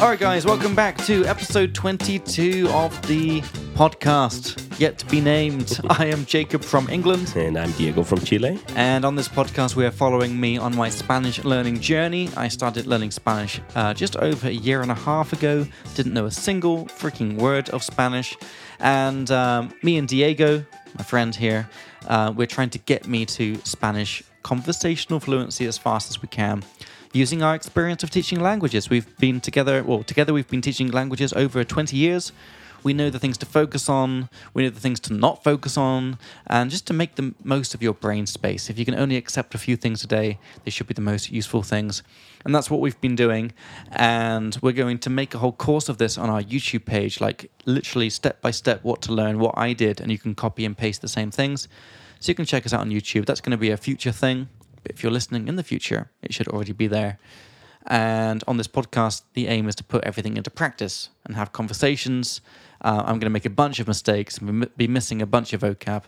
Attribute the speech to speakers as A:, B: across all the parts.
A: All right, guys, welcome back to episode 22 of the podcast, yet to be named. I am Jacob from England,
B: And I'm Diego from Chile.
A: and on this podcast, we are following me on my Spanish learning journey. I started learning Spanish uh, just over a year and a half ago, didn't know a single freaking word of Spanish, and um, me and Diego, my friend here, uh, we're trying to get me to Spanish conversational fluency as fast as we can using our experience of teaching languages. We've been together, well, together we've been teaching languages over 20 years. We know the things to focus on, we know the things to not focus on, and just to make the most of your brain space. If you can only accept a few things a day, they should be the most useful things. And that's what we've been doing. And we're going to make a whole course of this on our YouTube page, like literally step by step what to learn, what I did, and you can copy and paste the same things. So you can check us out on YouTube. That's going to be a future thing. But if you're listening in the future, it should already be there. And on this podcast, the aim is to put everything into practice and have conversations. Uh, I'm going to make a bunch of mistakes and be missing a bunch of vocab.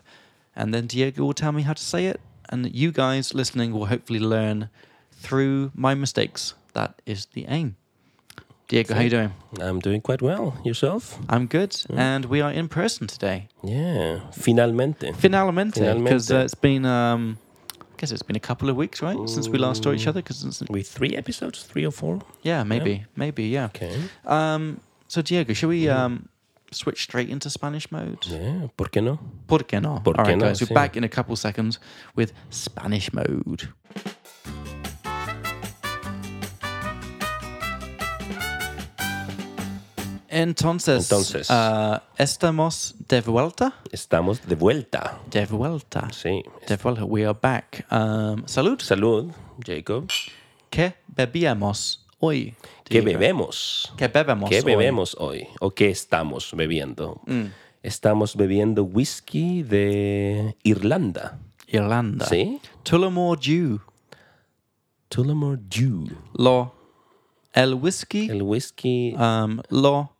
A: And then Diego will tell me how to say it. And you guys listening will hopefully learn through my mistakes. That is the aim. Diego, how you doing?
B: I'm doing quite well. Yourself?
A: I'm good. And we are in person today.
B: Yeah. Finalmente.
A: Finalmente, because uh,
B: Finalmente.
A: it's been, um, I guess it's been a couple of weeks, right, since we last saw each other. Because
B: With three episodes, three or four.
A: yeah, maybe, maybe, yeah.
B: Okay.
A: Um, so Diego, should we um, switch straight into Spanish mode?
B: Mm-hmm. Yeah. ¿Por qué no?
A: Por qué no?
B: Por
A: All right,
B: qué no,
A: guys, we're
B: sí.
A: back in a couple seconds with Spanish mode. Entonces,
B: Entonces.
A: uh, estamos de vuelta.
B: Estamos de vuelta.
A: De vuelta.
B: Sí.
A: De vuelta. We are back. Um, salud.
B: Salud, Jacob.
A: ¿Qué bebíamos hoy?
B: ¿Qué
A: Diego?
B: bebemos?
A: ¿Qué bebemos
B: ¿Qué
A: hoy?
B: bebemos hoy? Mm. ¿O qué estamos bebiendo? Estamos bebiendo whisky de Irlanda.
A: Irlanda.
B: ¿Sí?
A: Tullamore Dew.
B: Tullamore Dew.
A: Lo. El whisky.
B: El whisky,
A: um, lo.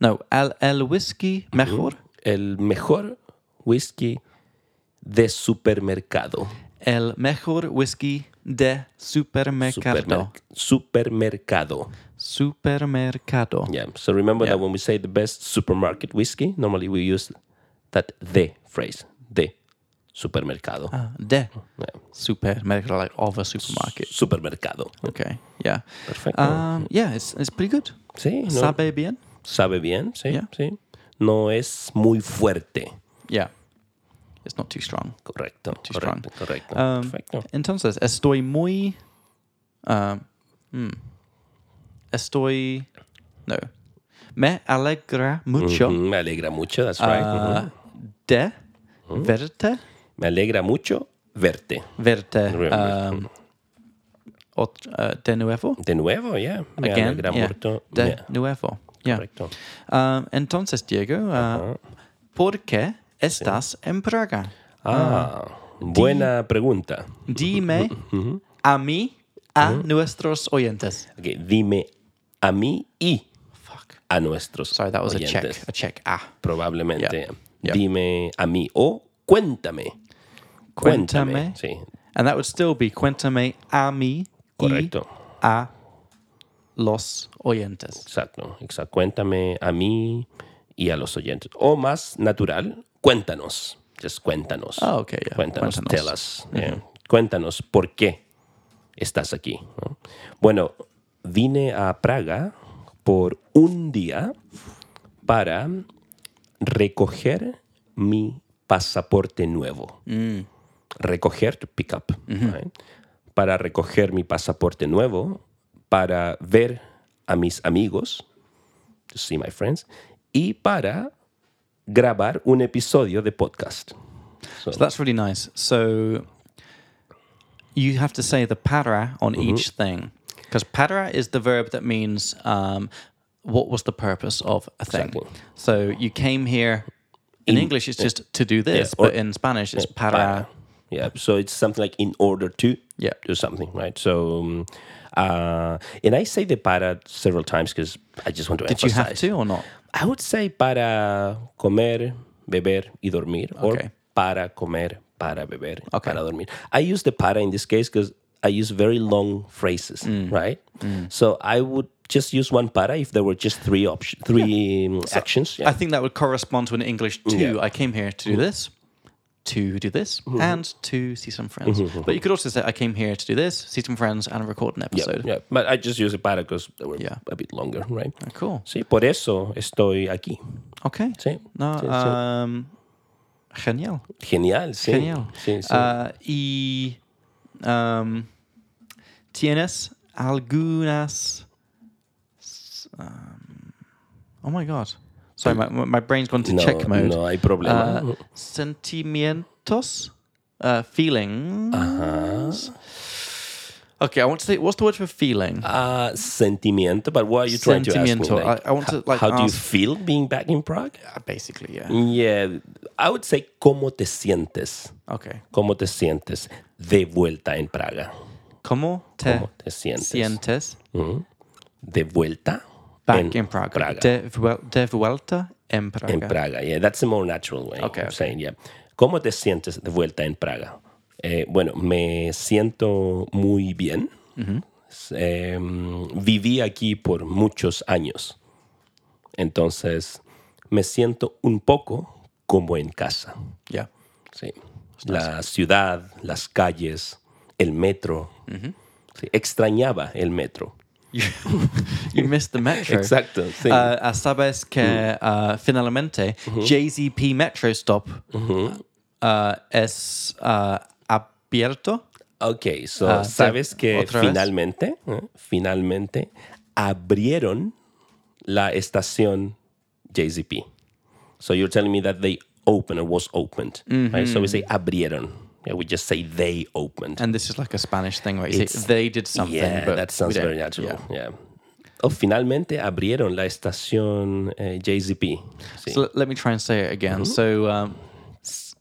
A: No, el, el whisky
B: Mhm.
A: mejor.
B: el mejor whisky de supermercado.
A: El mejor whisky de supermercado.
B: Supermerc- supermercado.
A: supermercado.
B: Yeah. So remember that when we say the best supermarket whiskey, normally we use that the phrase, the supermercado.
A: Ah, de
B: Yeah.
A: supermercado, like of a supermarket.
B: Supermercado.
A: Okay, yeah.
B: Perfecto.
A: Um, yeah, it's, it's pretty good.
B: sí, Oh, no-
A: Sabe bien?
B: sabe bien, sí,
A: Yeah.
B: sí. No es muy fuerte.
A: Yeah. It's not too strong.
B: Correcto.
A: strong.
B: Correcto. correcto.
A: Um,
B: Perfecto.
A: Entonces, estoy muy. Um, mm. estoy. No. Me alegra mucho
B: Mm, Me alegra mucho, that's right.
A: uh,
B: Mhm.
A: de
B: Mm.
A: verte.
B: Me alegra mucho verte.
A: Verte.
B: Remember.
A: Um, ot- uh, de nuevo.
B: De nuevo, yeah. Me
A: Again.
B: alegra
A: yeah.
B: mucho.
A: De
B: yeah,
A: nuevo. Yeah.
B: Correcto.
A: Um, entonces, Diego, uh, ¿por qué estás en Praga?
B: Ah, buena pregunta.
A: Dime
B: Mm-hmm.
A: a mí, a nuestros oyentes.
B: Okay, dime a mí y
A: Fuck.
B: a nuestros
A: Sorry, that was
B: oyentes.
A: a check. A check. Ah.
B: Probablemente.
A: Yeah.
B: Dime a mí o cuéntame.
A: Cuéntame.
B: Sí,
A: And that would still be cuéntame a mí
B: correcto.
A: y a los oyentes.
B: Exacto, exacto. Cuéntame a mí y a los oyentes. O más natural, cuéntanos. Just cuéntanos.
A: Ah, ok, yeah.
B: Cuéntanos,
A: Cuéntanos.
B: tell us. Yeah. Cuéntanos por qué estás aquí. ¿no? Bueno, vine a Praga por un día para recoger mi pasaporte nuevo.
A: Mm.
B: Recoger, to pick up. right? Para recoger mi pasaporte nuevo, para ver a mis amigos, to see my friends, y para grabar un episodio de podcast. So-
A: So that's really nice. So you have to say the para on
B: Mm-hmm.
A: each thing because para is the verb that means um, what was the purpose of a thing.
B: Exactly.
A: So you came here. In English, it's just to do this,
B: or-
A: but in Spanish, it's para.
B: para. Yeah, so it's something like in order to
A: Yeah.
B: do something, right? So, um, uh, and I say the para several times because I just want to
A: Did you
B: emphasize.
A: have to or not?
B: I would say para comer, beber y dormir,
A: Okay.
B: or para comer, para beber,
A: Okay.
B: para dormir. I use the para in this case because I use very long phrases,
A: Mm.
B: right? So I would just use one para if there were just three options, three um, actions. Yeah. Mm, Mm-hmm.
A: I think that would correspond to an English too. I came here to do this, to do this, and to see some friends.
B: Mm-hmm.
A: But you could also say, I came here to do this, see some friends, and record an
B: Yeah,
A: episode.
B: yeah. But I just use it para because they were
A: Yeah.
B: a bit longer, right?
A: Cool.
B: Sí, por eso estoy aquí.
A: Okay.
B: Sí.
A: No,
B: Sí, sí.
A: um, genial.
B: Genial, sí.
A: Genial.
B: Sí, sí.
A: Uh, y um, tienes algunas. s- um, oh my god! Sorry, my, my brain's gone to
B: no,
A: check mode.
B: no hay problema.
A: Uh, sentimientos, uh, feelings. Okay, I want to say what's the word for feeling?
B: Uh-huh. Uh, sentimiento, but what are you trying to ask me?
A: Sentimiento. I- I want to,
B: h-
A: like,
B: how do you
A: ask-
B: feel being back in Prague?
A: Uh, Basically,
B: mm.
A: yeah.
B: Yeah, I would say cómo te sientes.
A: Okay.
B: ¿Cómo te sientes de vuelta en Praga?
A: ¿Cómo te,
B: ¿Cómo te sientes?
A: sientes
B: De vuelta
A: back in Prague? De, vuel- de vuelta en Praga.
B: En Praga, yeah, that's a more natural way
A: Okay,
B: of
A: okay.
B: saying, yeah. ¿Cómo te sientes de vuelta en Praga? Eh, bueno, me siento muy bien. S- em, viví aquí por muchos años. Entonces, me siento un poco como en casa.
A: Yeah.
B: Sí. La ciudad, las calles, el metro. Sí, Extrañaba el metro.
A: you you missed the metro.
B: Exacto. Sí.
A: Uh, uh, sabes que
B: Mm.
A: uh, finalmente
B: Mm-hmm.
A: JZP Metro Stop uh, es uh, abierto.
B: ok, so,
A: Ah, sí.
B: ¿sabes que
A: ¿Otra vez?
B: finalmente, eh, finalmente abrieron la estación JZP? So you're telling me that they opened or was opened.
A: Mm-hmm.
B: right? So we say abrieron. Yeah, we just say they opened.
A: And this is like a Spanish thing, right? You say,
B: It's-
A: they did something,
B: Yeah,
A: but
B: that
A: we
B: sounds
A: don't-
B: very natural.
A: yeah.
B: yeah. Oh, finalmente abrieron la estación eh, JZP. Sí.
A: So let- let me try and say it again.
B: Mm-hmm.
A: So, um, s-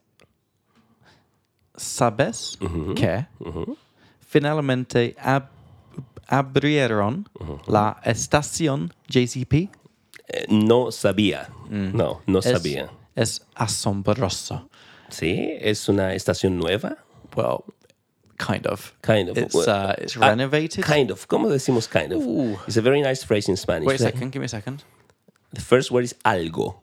A: sabes
B: Mm-hmm.
A: que finalmente ab- abrieron
B: Mm-hmm.
A: la estación JCP.
B: Eh, no sabía. No, no sabía.
A: Mm. Es asombroso.
B: Sí, es una estación nueva.
A: Well, kind of.
B: Kind of.
A: It's,
B: Well,
A: uh, it's
B: ah,
A: renovated.
B: Kind of. ¿Cómo decimos kind of?
A: Ooh.
B: It's a very nice phrase in Spanish.
A: Uh. Wait a second. Give me a second.
B: The first word is algo.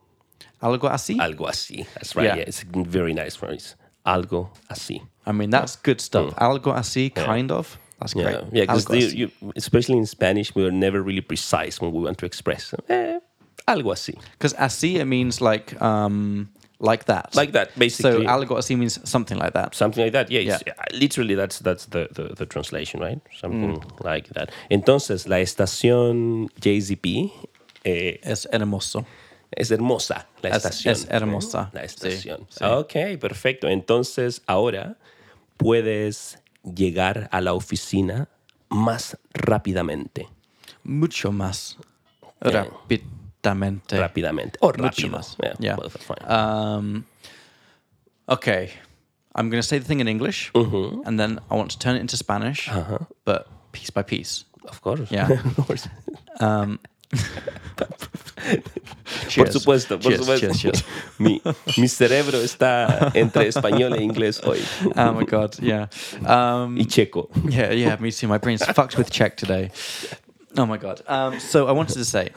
A: Algo así.
B: Algo así. That's right.
A: Yeah.
B: Yeah. it's a very nice phrase. Algo así.
A: I mean, that's good stuff. Algo así, kind of. That's
B: Mm. Yeah,
A: great.
B: yeah, because
A: Algo así.
B: you, especially in Spanish, we are never really precise when we want to express eh, algo así.
A: Because así it means like um like that.
B: Like that, basically.
A: So algo así means something like that.
B: Something like that, yeah. it's- uh,
A: Yeah.
B: Literally, that's that's the, the, the translation, right? Something
A: Mm.
B: like that. Entonces, la estación JZP eh,
A: Es hermoso.
B: es hermosa. La
A: Es-
B: estación.
A: es hermosa,
B: ¿no? La
A: sí,
B: estación.
A: sí.
B: Ok, perfecto. Entonces, ahora puedes llegar a la oficina más rápidamente.
A: Mucho más rápidamente.
B: Rápidamente. O rápido.
A: más,
B: Yeah,
A: yeah.
B: both are fine.
A: um, okay, I'm going to say the thing in English,
B: Mm-hmm.
A: and then I want to turn it into Spanish,
B: Uh-huh.
A: but piece by piece.
B: Of course.
A: Yeah.
B: Of course. por
A: Cheers.
B: supuesto, por
A: Cheers,
B: supuesto.
A: cheers, cheers.
B: Mi, mi cerebro está entre español e inglés hoy.
A: Oh my god, yeah, um,
B: Y checo.
A: yeah, yeah. Me too. My brain's fucked with Czech today. Oh my god. Um, so I wanted to say,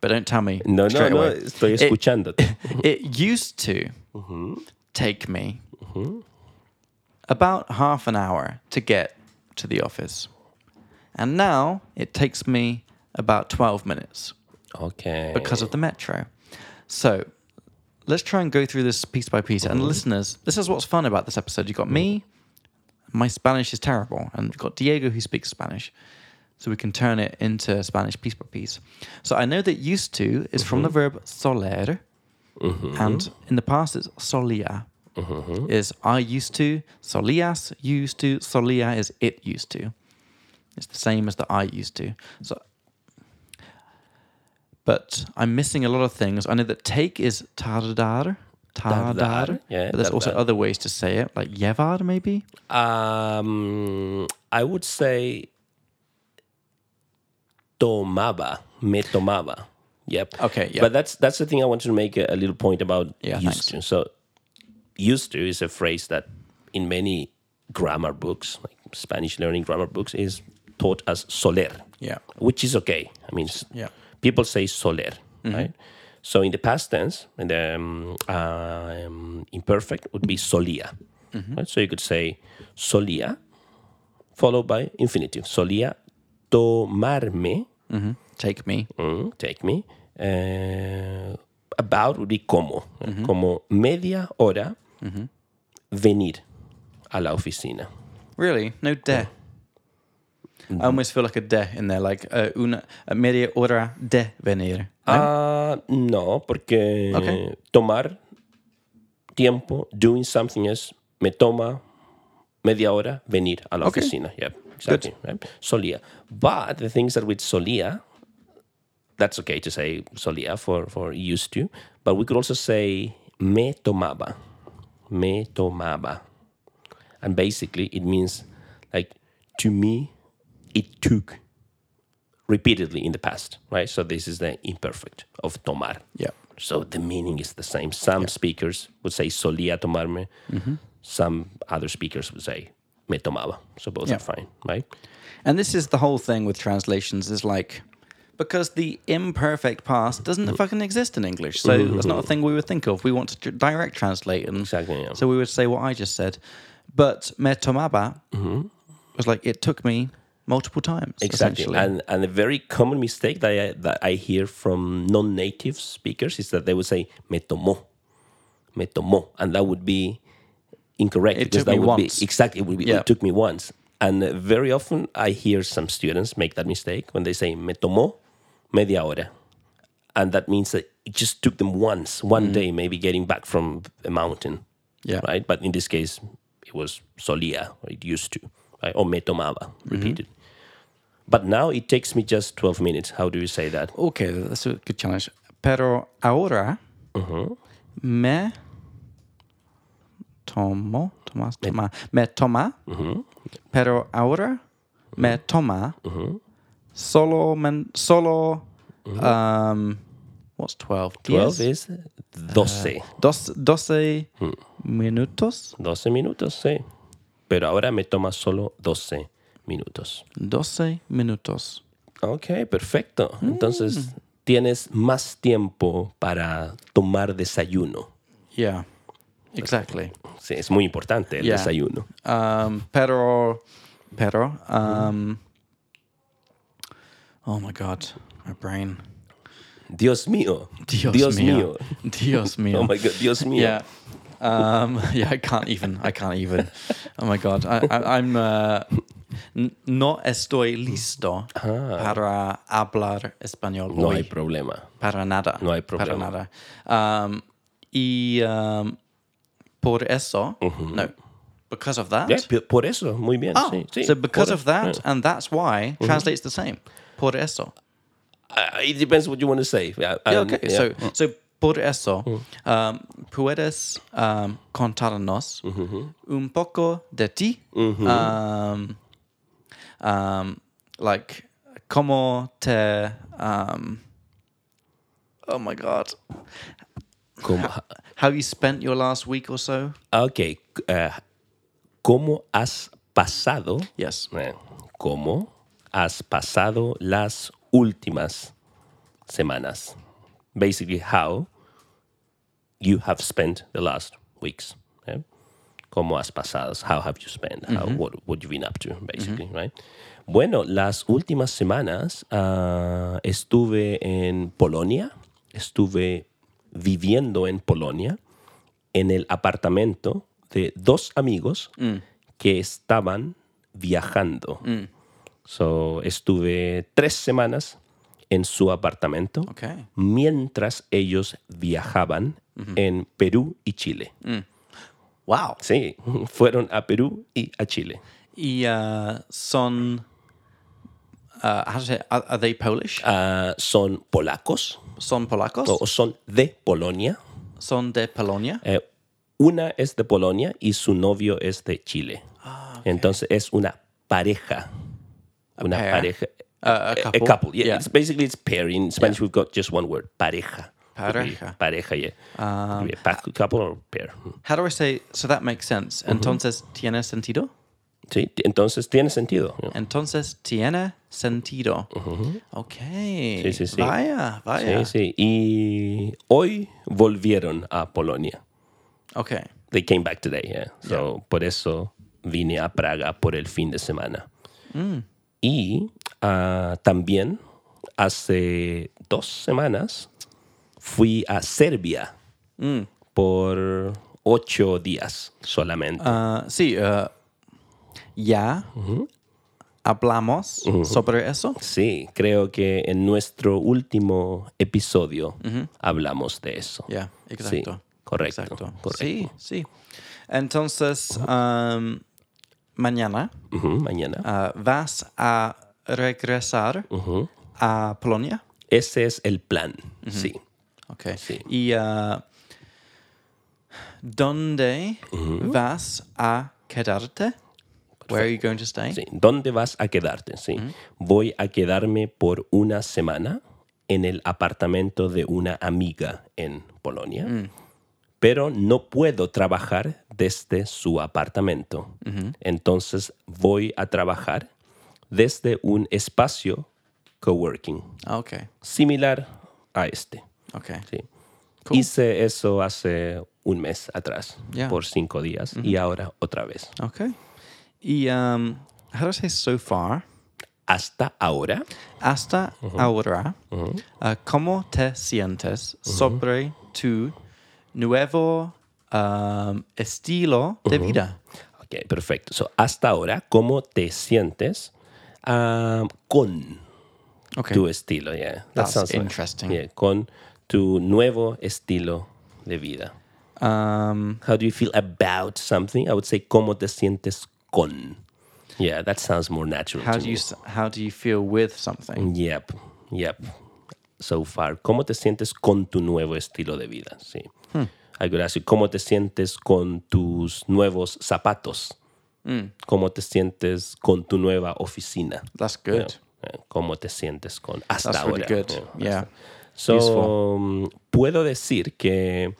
A: but don't tell me.
B: No, no,
A: straight
B: no,
A: away. Eh,
B: estoy
A: It-
B: escuchándote.
A: it used to take me about half an hour to get to the office. And now it takes me about 12 minutes
B: Okay.
A: because of the metro. So let's try and go through this piece by piece. And listeners, this is what's fun about this episode. You've got me, my Spanish is terrible, and you've got Diego who speaks Spanish. So we can turn it into Spanish piece by piece. So I know that used to is from the verb soler, and
B: Mm-hmm.
A: in the past it's solia. Is I used to, solias used to, solia is it used to. It's the same as the I used to. So but I'm missing a lot of things. I know that take is tardar, tardar,
B: Tardar, yeah,
A: but there's also
B: tardar.
A: other ways to say it, like llevar maybe.
B: Um, I would say tomaba, me tomaba. Yep.
A: Okay, yeah.
B: But that's that's the thing I wanted to make a, a little point about
A: Yeah,
B: used
A: thanks.
B: to. So used to is a phrase that in many grammar books, like Spanish learning grammar books is taught as soler,
A: Yeah.
B: which is okay. I mean, s-
A: Yeah.
B: people say soler, right? So in the past tense, in the um, um, imperfect would be solia. Right? So you could say solia, followed by infinitive. Solia tomarme,
A: hmm Take me.
B: mm, take me. Eh, about would be como. eh, Como media hora venir a la oficina.
A: Really? No de. I almost feel like a de in there, like uh, una a media hora de venir.
B: Ah, no, porque
A: ¿Eh? Ok.
B: tomar tiempo, doing something es me toma media hora venir a la
A: Ok.
B: oficina. Yep, exactly. right? Solía. But the things that with solía, that's okay to say solía for, for used to, but we could also say me tomaba. Me tomaba. And basically it means like to me it took repeatedly in the past, right? So this is the imperfect of tomar.
A: Yeah.
B: So the meaning is the same. Some speakers would say solía tomarme.
A: Mm-hmm.
B: Some other speakers would say me tomaba. So both
A: Yeah.
B: are fine, right?
A: And this is the whole thing with translations is like because the imperfect past
B: Mm.
A: doesn't fucking exist in English. So it's not a thing we would think of. We want to dr- direct translate and
B: Mm-hmm. Exactly, yeah.
A: so we would say what I just said. But me tomaba was like it took me multiple times.
B: Mm-hmm. Exactly.
A: essentially.
B: And and a very common mistake that I, that I hear from non-native speakers is that they would say me tomó, me tomó, and that would be incorrect.
A: It took
B: that
A: me
B: would
A: once.
B: Be, exactly. It would be.
A: Yeah.
B: It took me once. And uh, very often I hear some students make that mistake when they say me tomó media hora, and that means that it just took them once,
A: Mm.
B: one day, maybe getting back from a mountain.
A: Yeah.
B: Right. But in this case, it was solía, or it used to, right? or me tomaba, repeated. But now it takes me just 12 minutes. How do you say that?
A: Okay, that's a good challenge. Pero ahora me tomo, tomas, toma, me toma, pero ahora me toma solo, men, solo, um, what's 12?
B: 12
A: Diez?
B: is Ah. 12.
A: Dos, doce minutos,
B: 12 minutos, sí. Pero ahora me toma solo 12 minutos.
A: doce minutos.
B: Ok, perfecto. Mm. Entonces tienes más tiempo para tomar desayuno.
A: Yeah, exactly.
B: Sí, es muy importante el
A: Yeah.
B: desayuno.
A: Um, pero, pero, um, oh my god, my brain.
B: Dios mío.
A: Dios,
B: mío.
A: mío. Dios mío.
B: Oh my God, Dios mío.
A: Yeah. Um, yeah, I can't even. I can't even. Oh my god, I, I, I'm uh, n- no estoy listo para hablar español
B: Ah. No
A: hoy.
B: hay problema.
A: Para nada.
B: No hay
A: Para
B: problema.
A: nada. Um, y um, por eso, no, because of that.
B: Yeah, p- por eso, muy bien.
A: Ah,
B: sí, sí,
A: so because
B: por
A: of
B: eso,
A: that,
B: yeah. Mm-hmm.
A: and that's why translates the same. Por eso.
B: Uh, it depends what you want to say. Yeah,
A: Yeah,
B: um,
A: okay.
B: yeah. Mm.
A: So, so por eso, um, puedes um, contarnos
B: Mm-hmm.
A: un poco de ti, um, um, like cómo te. Um, oh my god,
B: Como-
A: how you spent your last week or so?
B: okay, uh, ¿cómo has pasado?
A: Yes.
B: eh, ¿Cómo has pasado las últimas semanas? Basically, how you have spent the last weeks. yeah? ¿Cómo has pasado? How have you spent? How, what, what you've been up to, basically, right? Bueno, las últimas semanas ah, estuve en Polonia, estuve viviendo en Polonia, en el apartamento de dos amigos que estaban viajando. So, estuve tres semanas en su apartamento
A: Okay.
B: mientras ellos viajaban en Perú y Chile.
A: Wow.
B: Sí, fueron a Perú y a Chile.
A: Y uh, son. Uh, how to say? Are, are they Polish?
B: Ah, son polacos
A: son polacos.
B: o, o son de Polonia.
A: Son de Polonia.
B: Eh, una es de Polonia y su novio es de Chile. Ah, Entonces es una pareja. una
A: pair?
B: pareja.
A: Uh, a
B: a-
A: couple?
B: A couple. Yeah,
A: Yeah.
B: It's basically it's pair. In Spanish we've got just one word, pareja. Could be
A: Pareja.
B: Pareja, Ah. yeah. Could be a pa- couple or pair. Mm-hmm.
A: How do I say? So that makes sense. Entonces, ¿tiene sentido?
B: Sí, t- entonces tiene sentido. ¿no?
A: Entonces, tiene sentido. Ok.
B: Mm-hmm. Sí, sí, sí.
A: Vaya, vaya.
B: Sí, sí. Y hoy volvieron a Polonia.
A: Ok.
B: They came back today. yeah. So, Por eso vine a Praga por el fin de semana.
A: Mm.
B: Y ah, también hace dos semanas fui a Serbia
A: Mm.
B: por ocho días solamente.
A: Ah, sí, eh, ya
B: Mm-hmm.
A: hablamos sobre eso.
B: Sí, creo que en nuestro último episodio hablamos de eso.
A: Ya,
B: Sí,
A: exacto.
B: correcto,
A: Exacto.
B: correcto. Mm-hmm.
A: Sí, sí. Entonces, um, mañana
B: Ujú, mañana.
A: ah, vas a regresar
B: Ujú.
A: a Polonia.
B: Ese es el plan, sí.
A: Ok.
B: Sí.
A: ¿Y ah, dónde
B: Mm-hmm.
A: vas a quedarte? Where are you going to stay?
B: Sí. ¿Dónde vas a quedarte? Sí. Voy a quedarme por una semana en el apartamento de una amiga en Polonia, pero no puedo trabajar desde su apartamento. Entonces voy a trabajar desde un espacio coworking,
A: Ok,
B: similar a este.
A: ok.
B: Sí.
A: Cool.
B: Hice eso hace un mes atrás,
A: Yeah.
B: por cinco días, y ahora otra vez.
A: Okay. Y um, how do I say so far?
B: Hasta ahora.
A: Hasta
B: Mm-hmm.
A: ahora, uh, ¿cómo te sientes
B: Mm-hmm.
A: sobre tu nuevo um, estilo de
B: Mm-hmm.
A: vida?
B: Ok, perfecto. So, hasta ahora, ¿cómo te sientes ah, con
A: Okay.
B: tu estilo? Yeah, that
A: That's
B: sounds like-
A: interesting.
B: yeah, con tu nuevo estilo de vida.
A: Um,
B: How do you feel about something? I would say, ¿cómo te sientes con? Yeah, that sounds more natural
A: how
B: to
A: do
B: me.
A: you s- how do you feel with something?
B: Yep, yep. So far, ¿cómo te sientes con tu nuevo estilo de vida? Sí.
A: Hmm.
B: I could ask you, ¿cómo te sientes con tus nuevos zapatos?
A: Hmm.
B: ¿Cómo te sientes con tu nueva oficina?
A: That's
B: You
A: good.
B: know, eh, ¿Cómo te sientes con hasta
A: That's really
B: ahora?
A: good.
B: You know,
A: Yeah.
B: So,
A: Useful.
B: mm, puedo decir que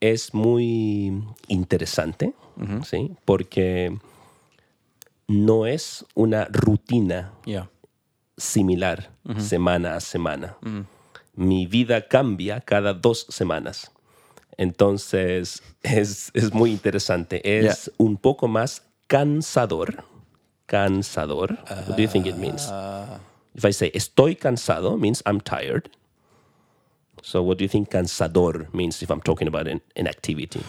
B: es muy interesante,
A: Mm-hmm.
B: ¿sí? Porque no es una rutina
A: Yeah.
B: similar semana a semana. Mi vida cambia cada dos semanas. Entonces es, es muy interesante. Es un poco más cansador. Cansador. What do you think it means? If I say estoy cansado, means I'm tired. So what do you think cansador means if I'm talking about an, an activity?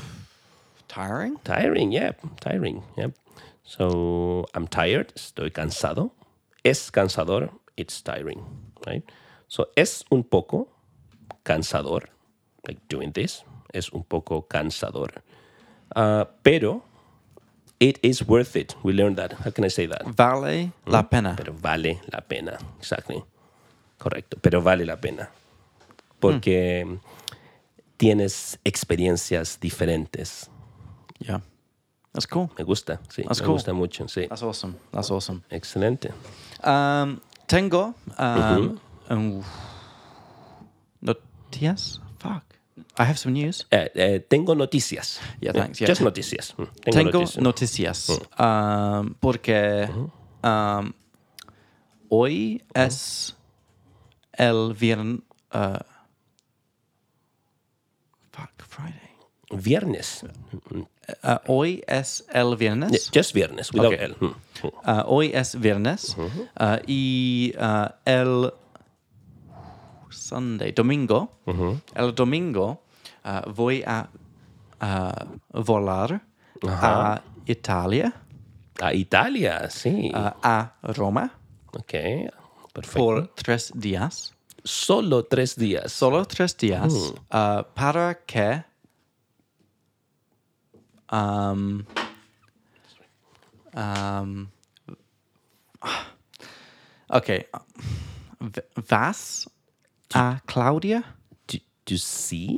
A: Tiring?
B: Tiring, yep. Tiring, yep. So I'm tired, estoy cansado. Es cansador, it's tiring, right? So es un poco cansador, like doing this, es un poco cansador. Uh, pero it is worth it. We learned that. How can I say that?
A: Vale la pena.
B: Pero vale la pena, exactly. Correcto, pero vale la pena. Porque tienes experiencias diferentes.
A: Yeah. That's cool.
B: Me gusta, sí.
A: That's
B: me
A: cool.
B: gusta mucho, sí.
A: That's awesome. That's awesome.
B: Excelente.
A: Um, tengo um, um, noticias. Fuck. I have some news.
B: Eh, eh, tengo noticias.
A: Yeah,
B: Eh,
A: thanks, yeah.
B: Just noticias. Mm, Tengo,
A: Tengo
B: noticias.
A: noticias. um, porque um, hoy es el viernes. fuck, Friday.
B: Viernes.
A: Uh, hoy es el viernes.
B: Yeah, Just viernes, without
A: Okay.
B: L. Mm, mm.
A: Ah, hoy es viernes ah, y ah, el Sunday, domingo, el domingo ah, voy a ah, volar a Italia,
B: A Italia, sí.
A: ah, a Roma,
B: ok, perfecto.
A: por tres días,
B: Solo tres días.
A: solo tres días,
B: Hmm.
A: ah, para que am, am, Ok. V- Vas a Claudia?
B: to, to see.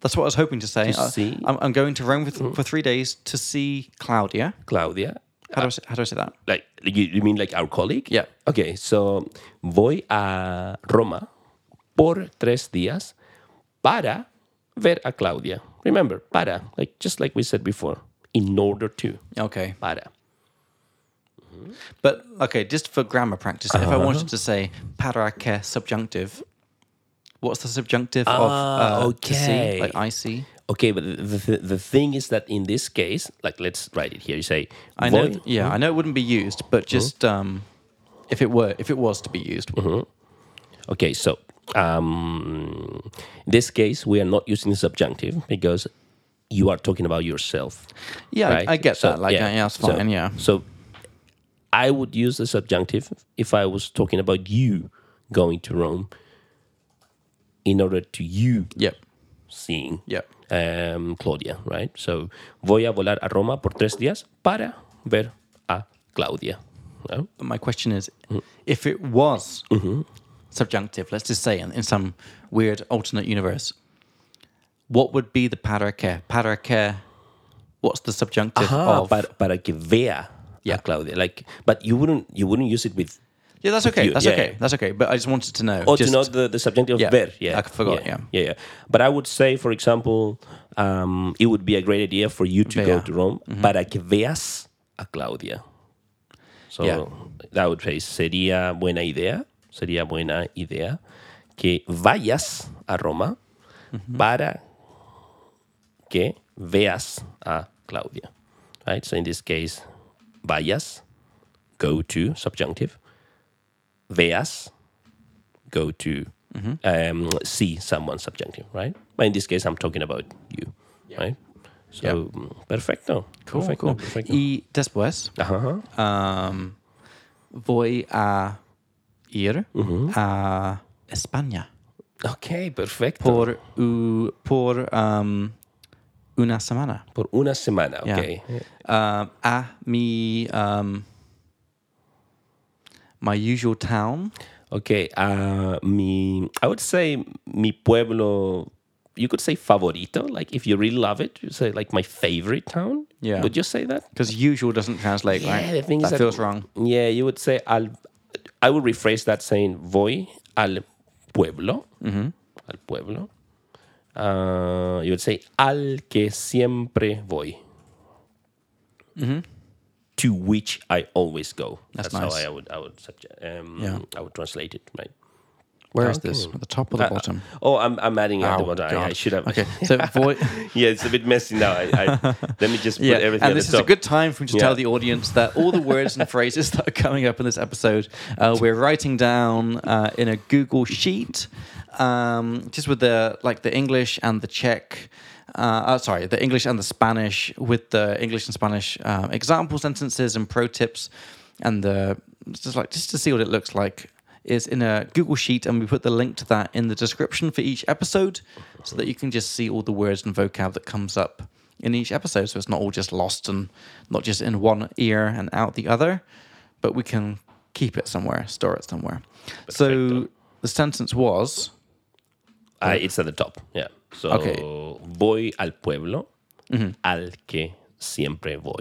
A: That's what I was hoping to say.
B: To
A: Uh,
B: see? Hmm.
A: I'm, I'm going to Rome for, for three days to see Claudia.
B: Claudia.
A: How do I say, how do I say that?
B: Like, you, you mean like our colleague?
A: Yeah.
B: Okay, so voy a Roma por tres días para ver a Claudia. Remember, para, like just like we said before, in order to.
A: Okay.
B: Para.
A: But okay, just for grammar practice, if I
B: Uh-huh.
A: wanted to say para que subjunctive, what's the subjunctive of
B: Ah,
A: uh, to see?
B: okay.
A: Like I see.
B: Okay, but the, the, the thing is that in this case, like let's write it here. You say,
A: I know.
B: voy-
A: Yeah, I know it wouldn't be used,
B: Uh-huh.
A: but just um, if it were, if it was to be used,
B: Uh-huh. Okay, so um, in this case, we are not using the subjunctive because you are talking about yourself.
A: yeah,
B: right?
A: I, I get
B: So,
A: that. Like, yeah, yeah it's
B: So-
A: fine. yeah,
B: So I would use the subjunctive if I was talking about you going to Rome in order to you
A: yep,
B: seeing
A: yep.
B: um, Claudia, right? So voy a volar a Roma por tres días para ver a Claudia. ¿no?
A: But my question is,
B: Uh-huh.
A: if it was subjunctive, let's just say in, in some weird alternate universe, what would be the para que? Para que? What's the subjunctive
B: Ah,
A: of?
B: para, para que vea
A: Yeah.
B: a Claudia. Like, but you wouldn't you wouldn't use it with
A: Yeah, that's okay.
B: you,
A: That's
B: yeah,
A: okay.
B: yeah.
A: That's okay. But I just wanted to know.
B: or
A: just,
B: to know the, the subjunctive of
A: Yeah,
B: ver. Yeah,
A: I forgot, yeah.
B: yeah, yeah. But I would say, for example, um, it would be a great idea for you to go
A: Vea. Mm-hmm.
B: to Rome para que veas a Claudia. So
A: Yeah.
B: that would say sería buena idea, sería buena idea que vayas a Roma
A: Mm-hmm.
B: para que veas a Claudia. Right? So in this case, vayas, go to, subjunctive. Veas, go to, um, see someone, subjunctive, right? But in this case, I'm talking about you, right? So, mm, perfecto.
A: Cool,
B: perfecto,
A: cool.
B: perfecto. Uh-huh.
A: Y después
B: Ajá.
A: um, voy a ir a España
B: Ok, perfecto. Por,
A: por, u- por um, una semana.
B: una semana,
A: Yeah.
B: ok.
A: Um, a mi um, my usual town.
B: Okay, uh, mi, I would say mi pueblo. You could say favorito, like if you really love it, you say like my favorite town.
A: Yeah.
B: would you say that?
A: Because usual doesn't translate, right?
B: the thing
A: that
B: is that-
A: feels wrong.
B: Yeah, you would say al. I would rephrase that saying voy al pueblo,
A: Mm-hmm.
B: al pueblo. Uh, you would say al que siempre voy. To which I always go.
A: Mm-hmm. That's
B: how
A: nice.
B: I would I would subject, um,
A: Yeah.
B: I would translate it right.
A: Where is this? At the top or the
B: Uh,
A: bottom?
B: Oh, I'm, I'm adding it at the
A: Oh,
B: bottom. I- I,
A: God.
B: should have.
A: Okay, so voy.
B: yeah, it's a bit messy now. I, I, let me just put
A: Yeah,
B: everything
A: and
B: at
A: this
B: the
A: is
B: top.
A: a good time for me to
B: Yeah.
A: tell the audience that all the words and phrases that are coming up in this episode, uh, we're writing down uh, in a Google sheet, um, just with the like the English and the Czech. Uh, uh, sorry, the English and the Spanish, with the English and Spanish um, example sentences and pro tips, and the just like just to see what it looks like is in a Google sheet, and we put the link to that in the description for each episode, so that you can just see all the words and vocab that comes up in each episode, so it's not all just lost and not just in one ear and out the other, but we can keep it somewhere, store it somewhere. So
B: Perfecto.
A: the sentence was
B: Uh, it's at the top. Yeah. So
A: Okay.
B: voy al pueblo al que siempre voy.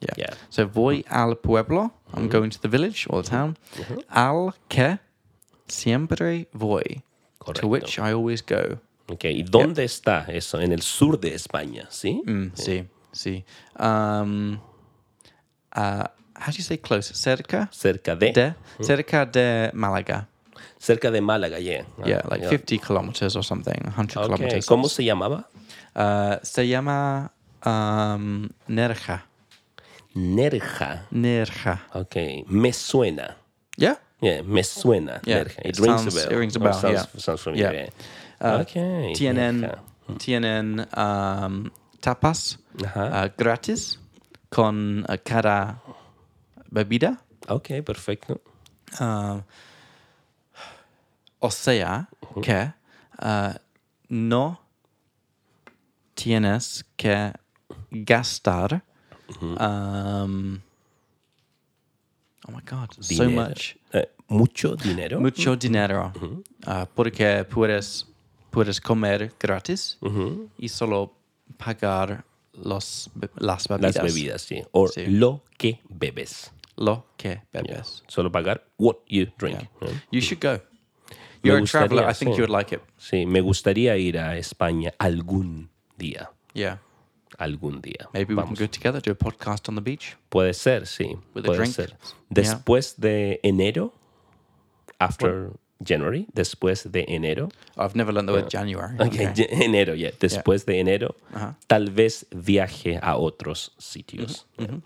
A: yeah.
B: Yeah. Mm-hmm.
A: So voy al pueblo. I'm going to the village or the town. Al que siempre voy. To
B: Correcto.
A: which I always go.
B: Okay. ¿Y dónde está eso? En el sur de España, ¿sí?
A: Mm, See, see. Um, uh, how do you say close? Cerca
B: Cerca de,
A: de cerca de Málaga.
B: cerca de Málaga, yeah. Ah,
A: Yeah, like 50 kilometers or something, 100
B: Okay.
A: kilometers.
B: ¿Cómo se llamaba?
A: Uh, se llama um, Nerja.
B: Nerja.
A: Nerja.
B: Okay. Me suena.
A: Yeah.
B: Yeah, me suena.
A: Yeah,
B: Nerja.
A: it
B: It, rings
A: sounds-
B: a bell.
A: it rings a
B: Or
A: bell,
B: Sounds,
A: yeah.
B: sounds familiar.
A: Yeah. Uh,
B: yeah. okay.
A: TNN,
B: Nerja. Hmm.
A: TNN um, tapas
B: Ajá.
A: uh, gratis con uh, cada bebida.
B: Ok, perfecto.
A: Um, o sea
B: Mhm.
A: que uh, no tienes que gastar.
B: Mhm.
A: Um, oh my God, so
B: Dinero. Mhm.
A: much.
B: Eh, mucho dinero.
A: mucho dinero ah, porque puedes, puedes comer gratis
B: Mhm.
A: y solo pagar los, be- las bebidas.
B: las bebidas, sí. O
A: Sí.
B: lo que bebes.
A: Lo que bebes.
B: Solo pagar what you drink. ¿no?
A: You should go. You're a
B: gustaría,
A: traveler. I think
B: sí.
A: you would like it.
B: Sí, me gustaría ir a España algún día.
A: Yeah.
B: algún día.
A: Maybe we can go together, do a podcast on the beach.
B: Puede ser, sí.
A: With a
B: puede
A: drink.
B: ser.
A: Yeah.
B: Después de enero, after January, después de enero,
A: I've never learned the word January.
B: Okay, ye- enero, yeah. Después de enero,
A: Uh-huh.
B: tal vez viaje a otros sitios.
A: Mm-hmm.
B: Yeah.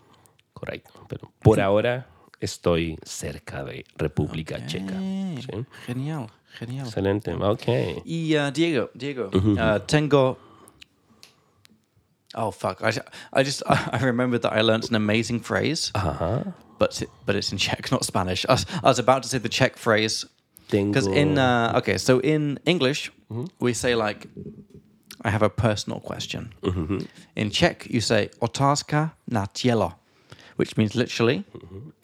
B: Correcto. Pero por ahora estoy cerca de República Checa. ¿sí?
A: Genial, genial.
B: Excelente. Ok.
A: Y uh, Diego, Diego, uh, tengo. Oh fuck! I, I just I remembered that I learnt an amazing phrase,
B: Ajá.
A: but but it's in Czech, not Spanish. I was, I was about to say the Czech phrase because
B: Tengo.
A: in uh, okay, so in English
B: Mm-hmm.
A: we say like, I have a personal question.
B: Mm-hmm,
A: In Czech, you say otázka na tělo, which means literally. Do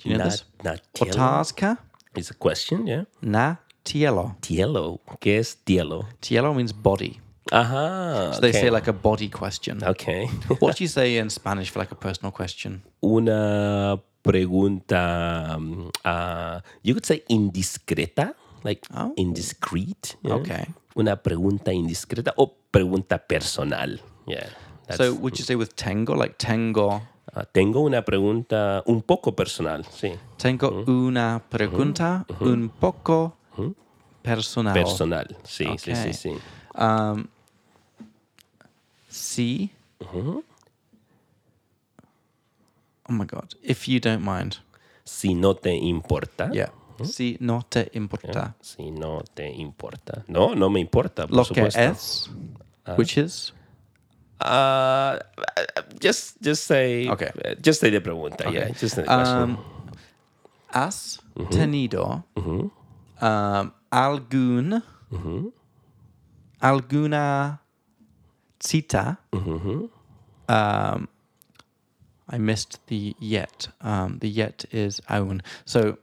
A: you know
B: Mm-hmm. na,
A: this?
B: na tielo.
A: Otázka
B: It's a question, yeah.
A: na tělo.
B: Tielo. ¿Qué es tielo?
A: Tielo means body.
B: Ajá.
A: So they say
B: okay.
A: like a body question.
B: Okay.
A: What do you say in Spanish for like a personal question?
B: una pregunta um, uh, you could say indiscreta like
A: Ah,
B: indiscreet yeah.
A: Okay.
B: una pregunta indiscreta o pregunta personal yeah that's-
A: so would you say with tengo, like tengo,
B: uh, tengo una pregunta un poco personal sí
A: tengo
B: Hmm.
A: una pregunta un poco personal.
B: personal sí sí
A: Okay.
B: sí sí
A: Sí.
B: Hmm.
A: Oh my god! If you don't mind,
B: si no te importa
A: yeah.
B: Hmm.
A: Si no te importa
B: si no te importa no no me importa por
A: lo que
B: supuesto Ah.
A: es, which is
B: Uh, just just say uh,
A: Okay.
B: just say the pregunta yeah just the question.
A: um, has tenido um, algún alguna cita. Um, I missed the yet. Um, the yet is aún. So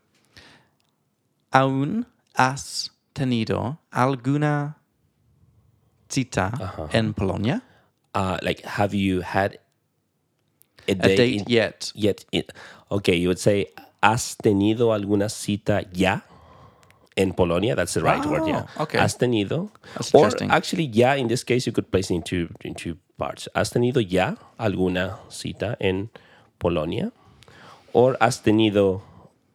A: aún has tenido alguna cita
B: Uh-huh.
A: en Polonia?
B: uh, like have you had a
A: A
B: date,
A: date
B: in-
A: yet?
B: yet in- okay you would say has tenido alguna cita ya in Polonia that's the right word yeah
A: Oh, okay.
B: has tenido
A: That's
B: or
A: interesting.
B: actually ya in this case you could place it into into parts has tenido ya alguna cita en Polonia or has tenido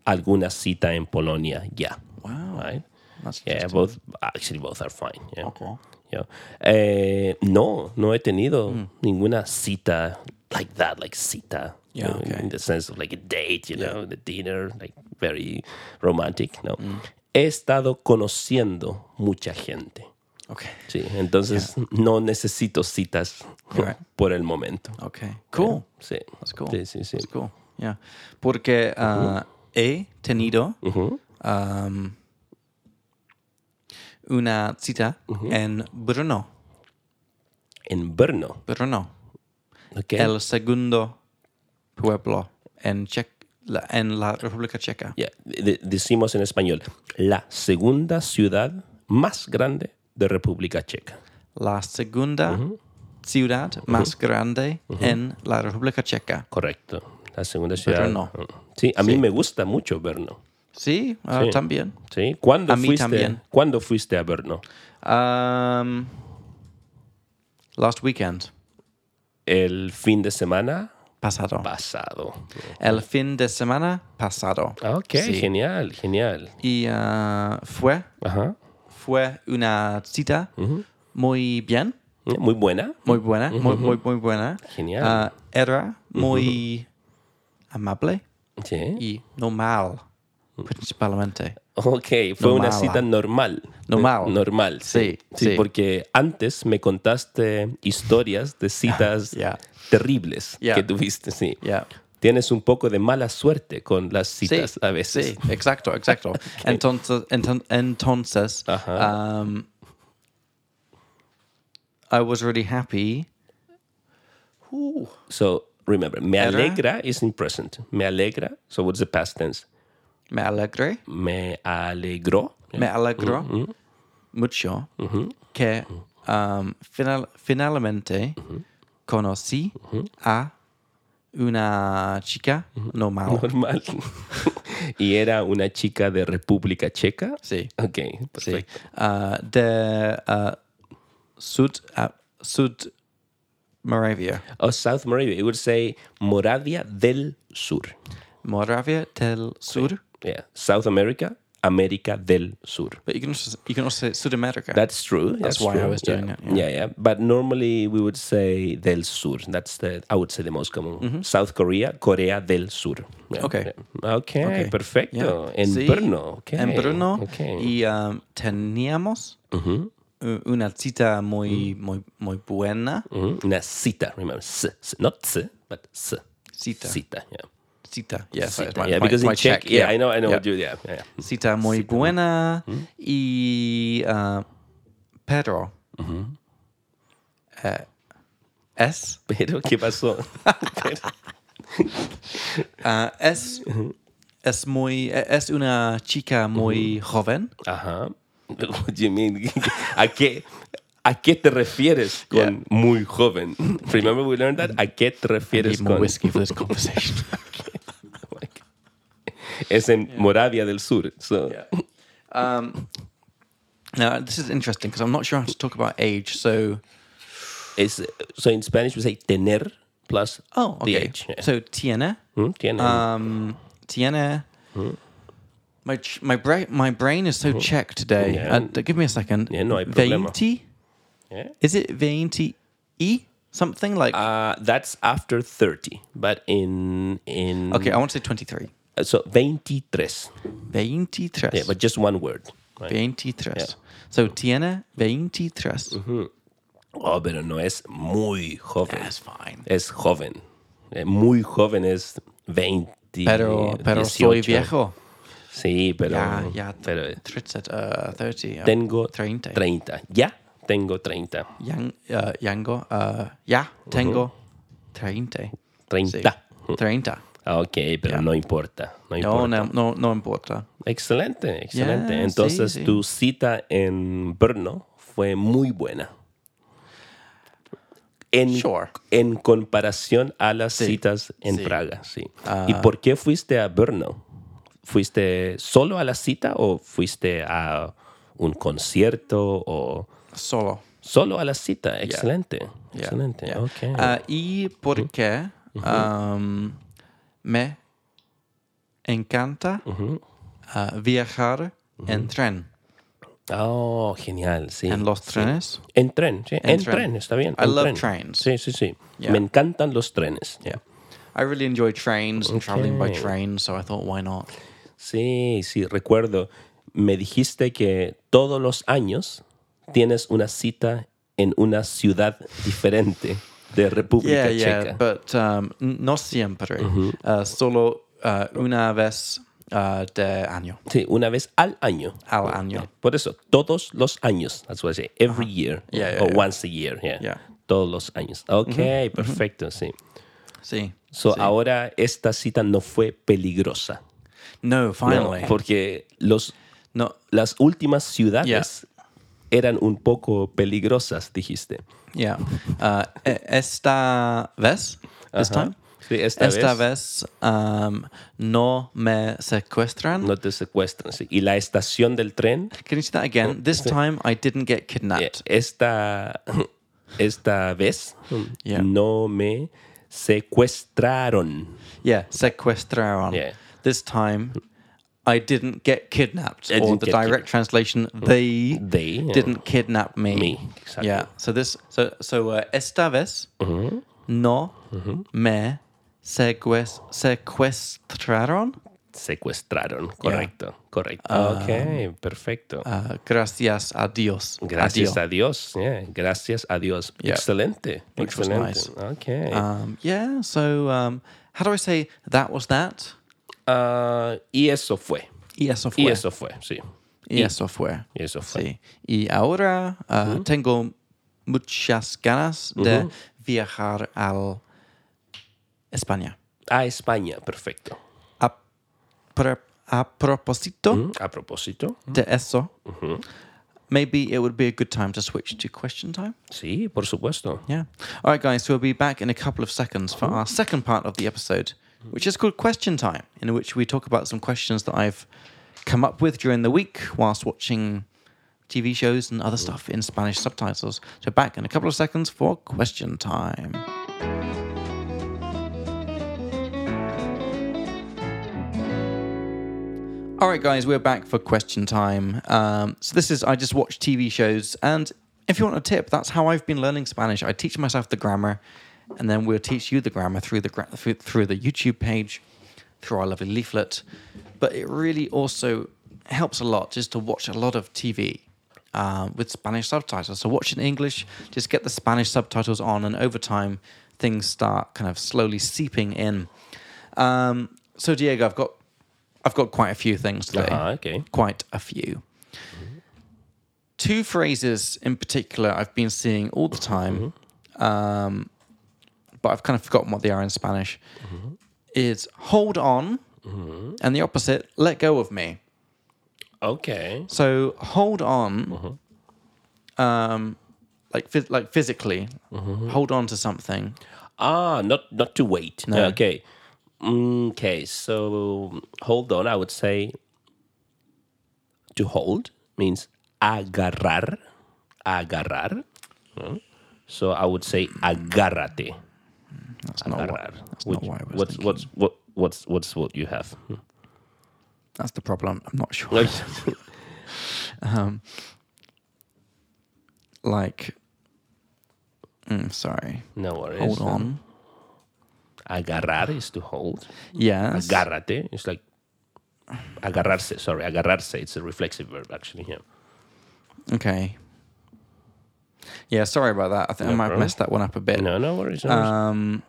B: alguna cita en Polonia ya
A: Wow.
B: right
A: That's
B: yeah
A: interesting.
B: both actually both are fine yeah
A: Okay.
B: Yeah. Eh, no, no he tenido
A: Mm.
B: ninguna cita like that, like cita. you
A: Yeah,
B: know, in-
A: okay.
B: In the sense of like a date, you know, the dinner, like very romantic. No.
A: Mm.
B: He estado conociendo mucha gente.
A: Okay.
B: Sí, entonces no necesito citas
A: Right.
B: por el momento.
A: Okay. Cool.
B: Sí.
A: That's cool.
B: Sí, sí, sí.
A: That's cool. Yeah. Porque uh, he tenido um, una cita en Brno.
B: En Brno.
A: Brno.
B: Okay.
A: El segundo pueblo en, Czech, la- en la República Checa.
B: Ya, de- decimos en español, la segunda ciudad más grande de República Checa.
A: La segunda ciudad más grande en la República Checa.
B: Correcto. La segunda ciudad.
A: no.
B: Sí, a mí me gusta mucho Brno.
A: Sí, ah,
B: Sí.
A: también.
B: Sí. ¿Cuándo
A: A mí
B: fuiste,
A: también.
B: ¿Cuándo fuiste a Brno?
A: Um, last weekend
B: El fin de semana
A: pasado.
B: pasado.
A: El fin de semana pasado.
B: Ah, Ok,
A: Sí.
B: genial, genial.
A: Y ah, fue,
B: Ajá.
A: fue una cita muy bien,
B: Muy buena.
A: muy buena, muy, muy, muy buena.
B: Genial.
A: Ah, era muy amable
B: Sí.
A: y normal, principalmente.
B: Ok, fue una
A: Normal.
B: cita normal.
A: Normal.
B: Normal, sí.
A: Sí,
B: Sí,
A: sí.
B: porque antes me contaste historias de citas
A: Yeah.
B: terribles
A: Yeah.
B: que tuviste, sí.
A: Yeah.
B: Tienes un poco de mala suerte con las citas a veces.
A: Sí, exacto, exacto. Entonces, enton- entonces um, I was really happy. Uh, Ooh.
B: So remember, me
A: Era.
B: alegra is in present. Me alegra. So what's the past tense?
A: Me alegré.
B: Me alegró.
A: me alegro
B: Mm-hmm.
A: mucho que um, final- finalmente
B: Mm-hmm.
A: conocí a una chica
B: Mm-hmm.
A: normal.
B: Normal. y era una chica de República Checa.
A: Sí,
B: Ok,
A: sí. Uh,
B: perfecto.
A: Ah, de ah, uh, Sud, ah, Sud Moravia.
B: Oh, South Moravia. It would say Moravia del Sur.
A: Moravia del Sur.
B: Yeah. South America, América del Sur.
A: But you can also you can also say Sud America.
B: That's true.
A: That's why I
B: true.
A: was
B: yeah.
A: doing it,
B: Yeah. yeah, But normally we would say del sur. That's the I would say the most common. South Korea, Corea del Sur. Yeah,
A: Mm-hmm. Okay.
B: yeah. okay.
A: Okay.
B: Perfecto.
A: Yeah.
B: En
A: Sí,
B: Brno. Okay.
A: En Brno.
B: Okay. Mm-hmm.
A: Y um, teníamos u- una cita muy,
B: Mm.
A: muy, muy buena.
B: Mhm. Una cita. Remember, s, s- not s, but s.
A: Cita.
B: Cita. Yeah.
A: Cita. Yes,
B: Cita,
A: my-
B: yeah,
A: my-
B: because in
A: my
B: Czech,
A: Czech,
B: yeah, I know, I know
A: yeah.
B: what you, Hmm? yeah, yeah. yeah.
A: Cita muy buena. Y uh, Pedro.
B: Mm-hmm.
A: Eh, es.
B: Pero, ¿qué pasó?
A: ah, es.
B: Mm-hmm.
A: Es muy. Es una chica
B: Mm-hmm.
A: muy joven.
B: Ajá. What do you mean? ¿A qué, ¿A qué te refieres con
A: Yeah.
B: muy joven? Remember we learned that? ¿A qué te refieres
A: Need more
B: con...?
A: whiskey for this conversation.
B: Es en Moravia del Sur. So.
A: um, now, this is interesting because I'm not sure how to talk about age. So.
B: Es, so in Spanish we say tener plus
A: Oh,
B: the
A: okay.
B: age. Yeah.
A: So Tiana,
B: Mm, tiene.
A: um, Tiana.
B: Hmm.
A: My ch- my bra- my brain is so checked today.
B: Yeah.
A: Uh, d- give me a second.
B: Yeah, no hay problema.
A: 20?
B: Yeah.
A: Is it 20 e something like?
B: Uh, that's after 30, but in... in
A: okay, I want to say 23.
B: So 23.
A: 23.
B: Yeah, but just one word. right?
A: 23. So Tiana 23.
B: Mm-hmm. Oh, pero no es muy joven.
A: That's fine.
B: es joven. Eh, Muy joven es 20.
A: Pero pero soy
B: 18.
A: viejo.
B: Sí, pero,
A: Ya, ya.
B: pero
A: 30, uh, 30. uh,
B: tengo
A: 30.
B: 30. Ya tengo 30.
A: Yang, uh, yango, uh, ya
B: Mm-hmm.
A: tengo 30.
B: 30.
A: Sí. 30.
B: Ah, Ok, pero no importa. No
A: No,
B: importa.
A: no, no, no importa.
B: Excelente, excelente.
A: Ya, sí,
B: Entonces
A: sí.
B: tu cita en Brno fue muy buena. En,
A: Sure.
B: en comparación a las citas en Praga, sí.
A: Ah.
B: ¿Y por qué fuiste a Brno? ¿Fuiste solo a la cita o fuiste a un concierto o
A: Solo.
B: solo a la cita? Excelente, excelente.
A: Yeah.
B: ok.
A: Ah, y porque um, me encanta ah, viajar en tren,
B: Oh, genial, sí.
A: en los trenes.
B: En tren, sí. En,
A: tren.
B: tren. está bien.
A: I
B: en
A: love
B: tren.
A: trains.
B: Sí, sí, sí.
A: Yeah.
B: Me encantan los trenes.
A: I really enjoy trains and traveling by
B: Okay.
A: train, so I thought, why not?
B: Sí, sí, recuerdo. Me dijiste que todos los años tienes una cita en una ciudad diferente de
A: Yeah,
B: República
A: yeah,
B: Checa.
A: but um, n- no siempre. Ah, solo ah, una vez ah, de año,
B: Sí, una vez al año.
A: al año.
B: Por eso, todos los años. That's what I say. Every year.
A: Yeah, yeah,
B: or
A: yeah.
B: once a year. Yeah.
A: Yeah.
B: Todos los años. Ok, perfecto, sí.
A: Sí.
B: So, ahora esta cita no fue peligrosa.
A: No,
B: No,
A: finally.
B: porque los,
A: No,
B: las últimas ciudades eran un poco peligrosas, dijiste.
A: yeah. Ah, e- esta vez, this
B: Ajá.
A: time,
B: Sí, esta,
A: Esta
B: vez,
A: vez, um, no me secuestran.
B: no te secuestran. sí. Y la estación del tren, eh,
A: Can you see that again? This time I didn't get kidnapped.
B: esta, esta vez
A: Hmm, Yeah.
B: no me secuestraron.
A: Yeah, secuestraron.
B: Yeah.
A: This time I didn't get kidnapped.
B: I
A: or
B: didn't
A: the
B: get
A: direct translation, they,
B: They, eh, yeah.
A: didn't kidnap me.
B: Me, exactly. Mm-hmm.
A: Yeah. So this, so so uh, esta vez no me secues- secuestraron.
B: Secuestraron, correcto, correcto.
A: Ah.
B: ok, perfecto.
A: Uh, gracias a Dios. A
B: Gracias
A: Dios.
B: a Dios. yeah, Gracias a Dios.
A: Yeah.
B: Excelente.
A: Which was
B: excelente.
A: nice.
B: Ok.
A: Um, yeah. So um, how do I say that was that?
B: Ah, y eso fue.
A: ES
B: Y
A: Software.
B: eso fue, sí.
A: ES E Software.
B: Y eso fue.
A: Sí. Y ahora ah, tengo muchas ganas de viajar al España.
B: A España, perfecto.
A: A, pro- a propósito
B: Mm, A propósito.
A: de eso, maybe it would be a good time to switch to question time.
B: Sí, por supuesto.
A: Yeah. All right, guys. So we'll be back in a couple of seconds for our second part of the episode, which is called Question Time, in which we talk about some questions that I've come up with during the week whilst watching TV shows, and other stuff in Spanish subtitles. So back in a couple of seconds for question time. All right, guys, we're back for question time. Um, so this is I just watch TV shows, and if you want a tip, that's how I've been learning Spanish. I teach myself the grammar, and then we'll teach you the grammar through the gra- through, through the YouTube page, through our lovely leaflet. But it really also helps a lot just to watch a lot of TV um, with Spanish subtitles. So watch in English, just get the Spanish subtitles on, and over time things start kind of slowly seeping in. Um, so Diego, I've got I've got quite a few things today.
B: Ajá, Uh-huh, okay.
A: Quite a few. Two phrases in particular I've been seeing all the time, um, but I've kind of forgotten what they are in Spanish. Is hold on, and the opposite, let go of me.
B: Okay.
A: So hold on, um, like phys- like physically, hold on to something.
B: Ah, not not to wait.
A: No.
B: Okay. Okay, so hold on. I would say to hold means agarrar. Agarrar. Mm. So I would say agárrate.
A: That's not what,
B: Agarrar.
A: that's
B: Which-
A: not what I was
B: what's,
A: thinking.
B: what's, what, what's, what's what you have?
A: That's the problem. I'm not sure.
B: Like,
A: Like, mm, sorry.
B: no worries. Um,
A: Hold on.
B: Agarrar is to hold.
A: Yes.
B: Agárrate is like agarrarse. Sorry, agarrarse. It's a reflexive verb actually. Yeah.
A: Okay. Yeah, sorry about that. I think I might have
B: problem.
A: messed that one up a bit.
B: No, no worries. No worries.
A: Um,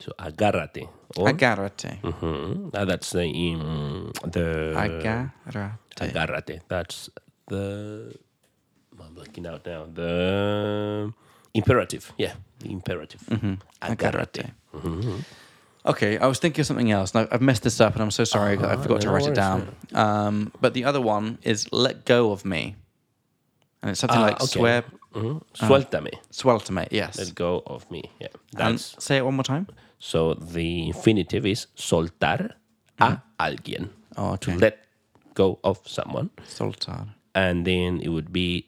B: so agárrate. Or,
A: agarrate.
B: Mhm. Ah, that's the um, the
A: Agarrate.
B: agárrate. That's the I'm blanking out now. The imperative. Yeah, the imperative.
A: Mm-hmm.
B: Agárrate.
A: Agarrate.
B: Mm-hmm.
A: Okay, I was thinking of something else. and I- I've messed this up, and I'm so sorry. I forgot to
B: no
A: write it
B: worries,
A: down. Um, but the other one is "let go of me," and it's something
B: Ah,
A: like Ah.
B: okay.
A: "swear,
B: Mhm. Suéltame.
A: swell to me." Yes.
B: Let go of me. Yeah.
A: And
B: That's
A: say it one more time.
B: so the infinitive is soltar a alguien.
A: Mm-hmm. Oh,
B: To
A: okay.
B: let go of someone.
A: Soltar.
B: and then it would be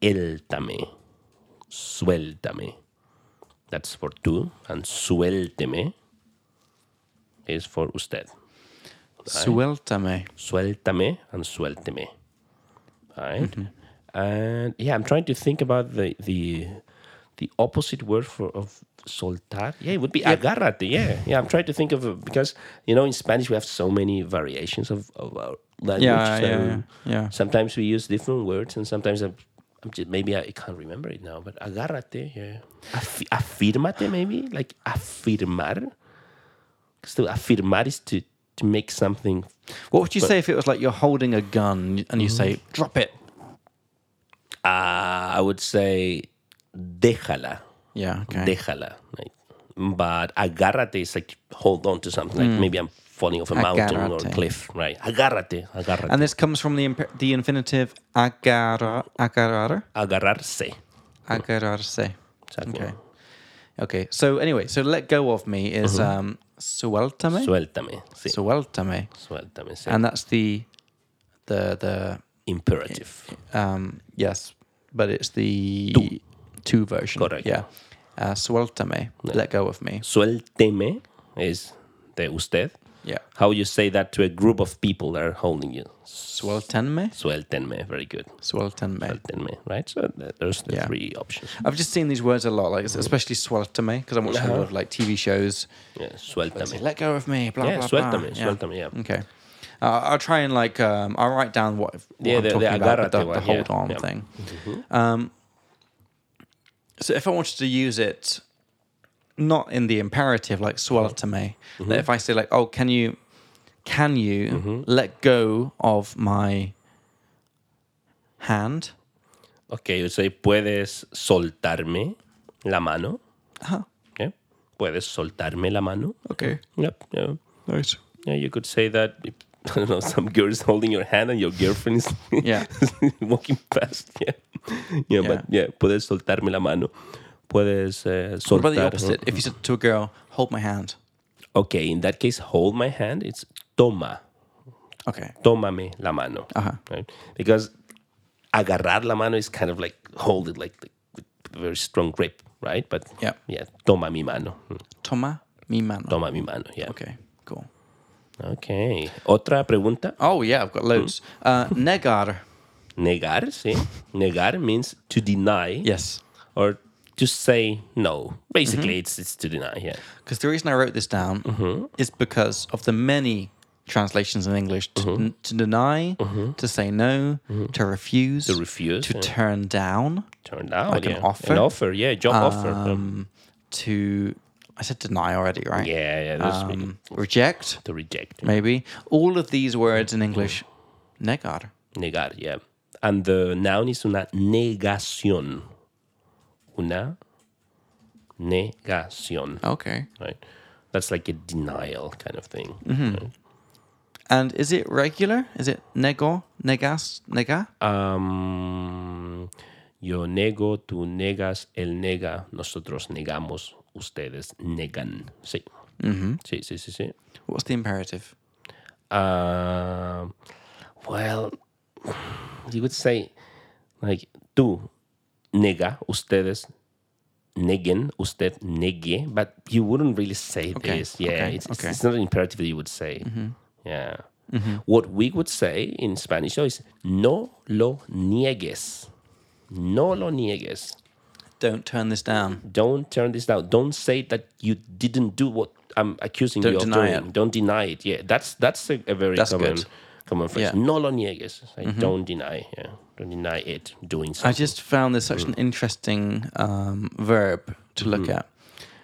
B: suéltame. Suéltame. That's for tú. And suélteme is for usted.
A: Suéltame.
B: Suéltame and suélteme. Right? And yeah, I'm trying to think about the the the opposite word for of soltar. Yeah, it would be agárrate. Yeah. Yeah, I'm trying to think of a, because you know in Spanish we have so many variations of, of our language.
A: Yeah,
B: so
A: yeah, yeah.
B: Sometimes we use different words, and sometimes I'm, I'm just, maybe I can't remember it now. But agárrate, yeah. Afi- afírmate, maybe like afirmar. Because afirmar is to to make something.
A: What would you say if it was like you're holding a gun and you say
B: Mm-hmm.
A: "drop it"?
B: Uh, I would say déjala,
A: Yeah. Okay.
B: déjala. Like, but agárrate is like hold on to something. Like maybe I'm falling off a mountain or a
A: Mm. Agárrate.
B: cliff, right? Agárrate, agárrate.
A: And this comes from the imp- the infinitive agarra, agarrar,
B: agarrarse.
A: agarrarse.
B: Exactly.
A: Okay. Okay. So anyway, so let go of me is um sueltame,
B: Suéltame, sí.
A: sueltame,
B: Suéltame, sí.
A: and that's the the
B: Imperative.
A: the um yes, but it's the
B: Tú.
A: two version.
B: Correct.
A: Yeah. Uh, sueltame, let go of me.
B: Suélteme is de usted.
A: Yeah.
B: How you say that to a group of people that are holding you?
A: Sueltenme,
B: Suéltenme. Very good.
A: sueltenme.
B: Suéltenme, right? So th- there's the
A: Yeah.
B: three options.
A: I've just seen these words a lot, like especially sueltame, because I'm watching a lot of like TV shows.
B: Yeah, suéltame.
A: Let go of me, blah
B: Yeah,
A: blah
B: suéltame,
A: blah.
B: suéltame, yeah.
A: Okay. Uh, I'll try and like um, I'll write down what, what
B: Yeah,
A: I'm
B: the- the
A: talking about with
B: agárrate
A: the,
B: one,
A: the hold
B: yeah, Mm-hmm.
A: on
B: yeah.
A: thing. Um, so if I wanted to use it, not in the imperative like
B: Mm-hmm.
A: sueltame, me, that if I say like, oh, can you, can you
B: Mm-hmm.
A: let go of my hand?
B: Okay, you say, ¿puedes soltarme la mano?
A: Ajá.
B: Yeah. ¿Puedes soltarme la mano?
A: Okay,
B: Yep. Yeah.
A: nice.
B: yeah, you could say that. If, I don't know, some girl is holding your hand and your girlfriend is
A: Yeah.
B: walking past. Yeah. yeah, but yeah, puedes soltarme la mano. Puedes eh,
A: What about
B: soltar.
A: the opposite? If you said to a girl, hold my hand.
B: Okay, in that case, hold my hand. It's toma.
A: Okay.
B: tómame la mano.
A: Ajá.
B: right? Because agarrar la mano is kind of like hold it like, like very strong grip, right? But
A: Yeah.
B: yeah, toma mi mano.
A: Toma mi mano.
B: Toma mi mano, yeah.
A: Okay, cool.
B: Okay. Otra pregunta.
A: Oh, yeah, I've got loads. Uh, negar.
B: Negar, sí. Negar means to deny
A: Yes.
B: or to say no.
A: Mm-hmm.
B: Basically, it's, it's to deny, yeah.
A: Because the reason I wrote this down is because of the many translations in English to, to deny, to say no, Mm-hmm. to refuse,
B: To refuse,
A: to
B: yeah.
A: turn down,
B: Turn down,
A: Like an
B: yeah.
A: offer?
B: An offer, yeah. Job offer. um,
A: mm, to. I said deny already, right?
B: yeah, yeah. That's really-
A: Um, reject,
B: to reject.
A: maybe. All of these words in English, negar.
B: Negar, yeah. And the noun is una negación. Una negación.
A: Okay.
B: Right? That's like a denial kind of thing. right?
A: And is it regular? Is it nego, negas, nega?
B: Um, yo nego, tú negas, él nega, nosotros negamos, ustedes negan. Sí. Sí, sí, sí, sí.
A: What's the imperative?
B: Uh, well, you would say, like, tú nega, ustedes neguen, usted negue, but you wouldn't really say
A: Okay,
B: this. Yeah,
A: okay,
B: it's, it's-
A: okay. Mm-hmm.
B: it's not an imperative that you would say. Yeah. What we would say in Spanish though is no lo niegues. No lo niegues.
A: Don't turn this down.
B: Don't turn this down. Don't say that you didn't do what I'm accusing
A: Don't
B: you of
A: deny
B: doing. Don't deny it. Yeah, that's that's a, a very
A: That's
B: common
A: good.
B: common phrase.
A: Yeah. Mm-hmm.
B: No lo niegues. It's Like, Don't deny. Yeah, don't deny it. Doing
A: I
B: something.
A: just found this such an
B: Mm.
A: interesting um, verb to
B: Mm-hmm.
A: look at,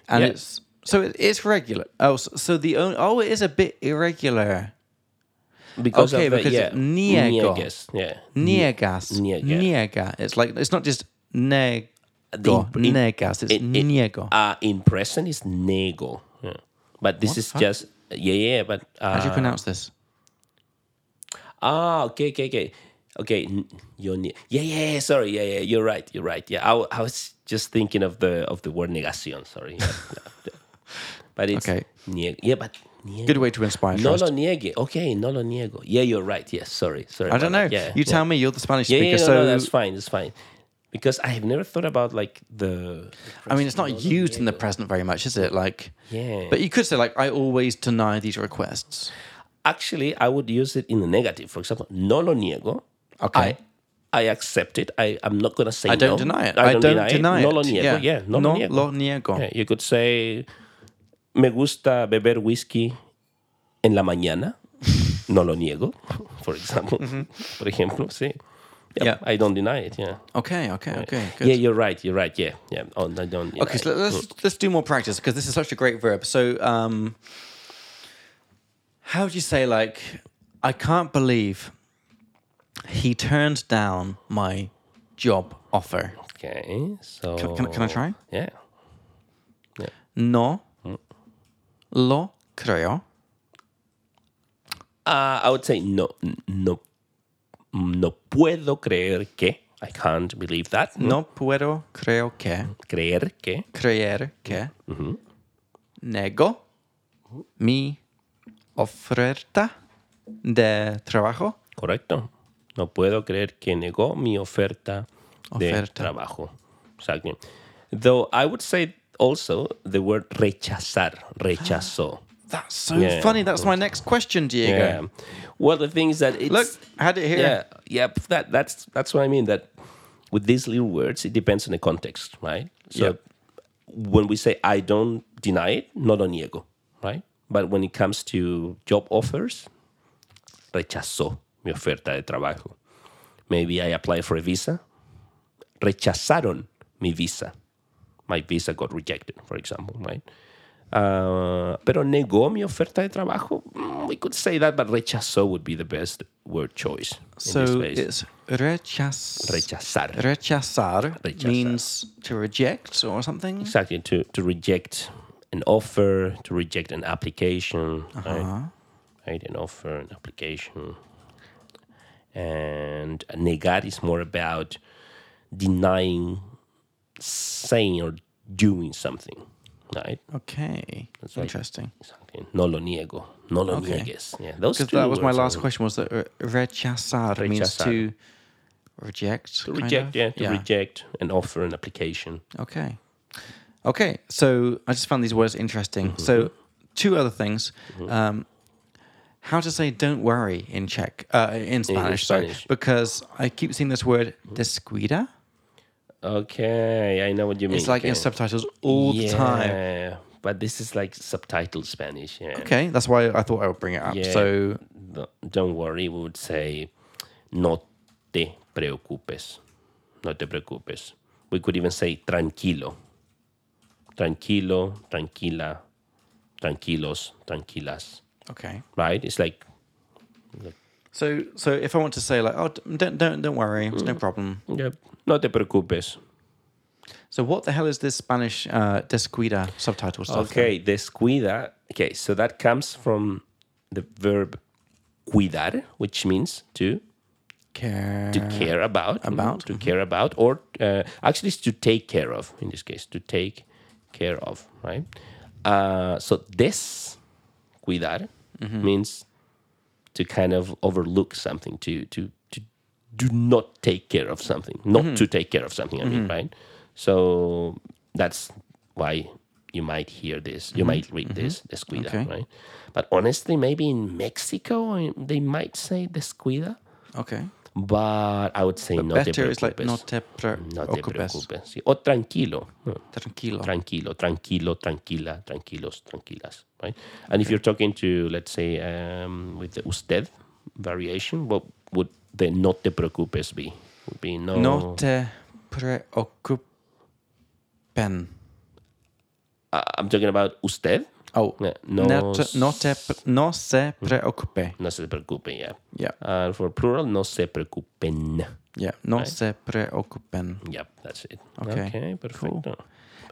A: and
B: Yeah.
A: it's so it, it's regular. Oh, so, so the only, oh, it is a bit irregular.
B: because
A: okay,
B: of the-
A: because uh,
B: yeah,
A: niego.
B: niegues. Yeah.
A: Niegas,
B: Niega.
A: niega. It's like it's not just neg,
B: The- in-
A: negas. It's
B: it- it-
A: niego.
B: Uh, in present is nego. Yeah. But this is just yeah, yeah. But uh,
A: How do you pronounce this?
B: Ah, okay, okay, okay. Okay, n- you're ne- yeah, yeah, yeah, sorry, yeah, yeah, you're right, you're right. Yeah, I, w- I was just thinking of the of the word negación, sorry. Yeah, no, but it's
A: Okay.
B: nie- yeah, but niego.
A: Good way to inspire
B: no
A: trust.
B: lo niegue. Okay, no lo niego. Yeah, you're right. Yes, sorry, sorry.
A: I don't know.
B: about that. Yeah,
A: you
B: yeah.
A: tell me. You're the Spanish
B: Yeah,
A: speaker,
B: yeah, no,
A: so
B: no, that's fine, that's fine. Because I have never thought about like the.
A: I mean, it's not used in the present very much, is it? Like,
B: Yeah.
A: But you could say like, I always deny these requests.
B: Actually, I would use it in the negative. For example, no lo niego.
A: Okay.
B: I, I accept it. I, I'm not going to say
A: I don't
B: no.
A: deny it. I don't, deny,
B: No
A: it.
B: lo niego. Yeah, no, lo niego.
A: lo niego.
B: Yeah, you could say, me gusta beber whisky en la mañana. No lo niego, for example. Por ejemplo, sí. Yeah,
A: Mm-hmm. Yeah.
B: I don't deny it, yeah.
A: Okay, okay, okay. Good.
B: Yeah, you're right, you're right, yeah. Yeah, oh, I don't deny
A: okay, so
B: it.
A: let's let's do more practice because this is such a great verb. So, um, how would you say like, I can't believe he turned down my job offer?
B: Okay, so...
A: can I- can I try?
B: Yeah.
A: No, lo creo.
B: Uh, I would say no, no, no puedo creer que. I can't believe that.
A: No puedo creo que
B: Creer que.
A: creer que
B: Mhm.
A: nego mi oferta de trabajo.
B: Correcto. No puedo creer que negó mi oferta, de
A: Oferta.
B: trabajo. Exactly. Though I would say also the word rechazar, rechazó.
A: Ah. That's so
B: Yeah.
A: funny. That's my next question, Diego.
B: Yeah. Well, the thing is that it's
A: Look, had it here.
B: yeah, yeah. p- That that's that's what I mean. That with these little words, it depends on the context, right? So
A: Yep.
B: when we say I don't deny it, no lo niego, right? But when it comes to job offers, rechazó mi oferta de trabajo. Maybe I applied for a visa. Rechazaron mi visa. My visa got rejected, for example, right? Uh, pero negó mi oferta de trabajo. Mm, we could say that, but rechazó would be the best word choice in this
A: So
B: case.
A: it's rechaz-
B: Rechazar.
A: rechazar,
B: Rechazar.
A: means to reject or something.
B: exactly to, to reject an offer to reject an application
A: Uh-huh. Ah,
B: right? right an offer an application and negar is more about denying saying or doing something right?
A: Okay.
B: That's right.
A: Interesting.
B: Exactly. No lo niego. No lo
A: Okay.
B: niegues. Yeah, those
A: Because
B: two
A: that was my
B: words
A: last
B: are-
A: question was that re- rechazar, means
B: Rechazar.
A: to reject.
B: To
A: kind
B: reject,
A: of?
B: yeah, to reject and offer an application.
A: Okay. Okay. So I just found these words interesting.
B: Mm-hmm.
A: So two other things. Um, how to say "don't worry" in Czech, uh, in Spanish, sorry,
B: Spanish. Mm-hmm.
A: because I keep seeing this word "descuida."
B: Okay, I know what you mean.
A: It's like in
B: okay.
A: subtitles all the time.
B: Yeah, But this is like subtitled Spanish. Yeah.
A: Okay, that's why I thought I would bring it up.
B: Yeah.
A: So
B: No- Don't worry, we would say no te preocupes. No te preocupes. We could even say tranquilo. Tranquilo, tranquila, tranquilos, tranquilas.
A: okay.
B: Right? It's like
A: So so if I want to say like, "Oh, d- don't don't don't worry, it's
B: Mm.
A: no problem."
B: yep, no te preocupes.
A: So what the hell is this Spanish uh, "descuida" subtitle stuff?
B: Okay, descuida. Okay, so that comes from the verb cuidar, which means to
A: Care.
B: to care about, mm,
A: Uh, about, mm-hmm.
B: to care about, or uh, actually it's to take care of in this case, to take care of, right? Uh, so this cuidar
A: Mm-hmm.
B: means to kind of overlook something, to to to do not take care of something, not
A: Mm-hmm.
B: to take care of something. I mean, right? So that's why you might hear this, you might read this descuida,
A: Mm-hmm. Okay.
B: right? But honestly, maybe in Mexico I- they might say descuida.
A: Okay.
B: But I would say no te
A: Better is like
B: preocupes.
A: no te pre-
B: No te
A: ocupes.
B: preocupes. Sí. O tranquilo.
A: Oh.
B: No.
A: Tranquilo.
B: Tranquilo, tranquilo, tranquila, tranquilos, tranquilas. Right? And if you're talking to, let's say, um, with the usted variation, what would the no te preocupes be? Would be no.
A: No te preocupen.
B: Uh, I'm talking about usted.
A: Oh,
B: Yeah,
A: no,
B: no
A: te, no, te, pre- no se preocupe.
B: No se preocupen, yeah.
A: Yeah,
B: Uh, for plural, no se preocupen.
A: yeah, no se preocupen.
B: Yep, that's it.
A: Okay,
B: perfecto.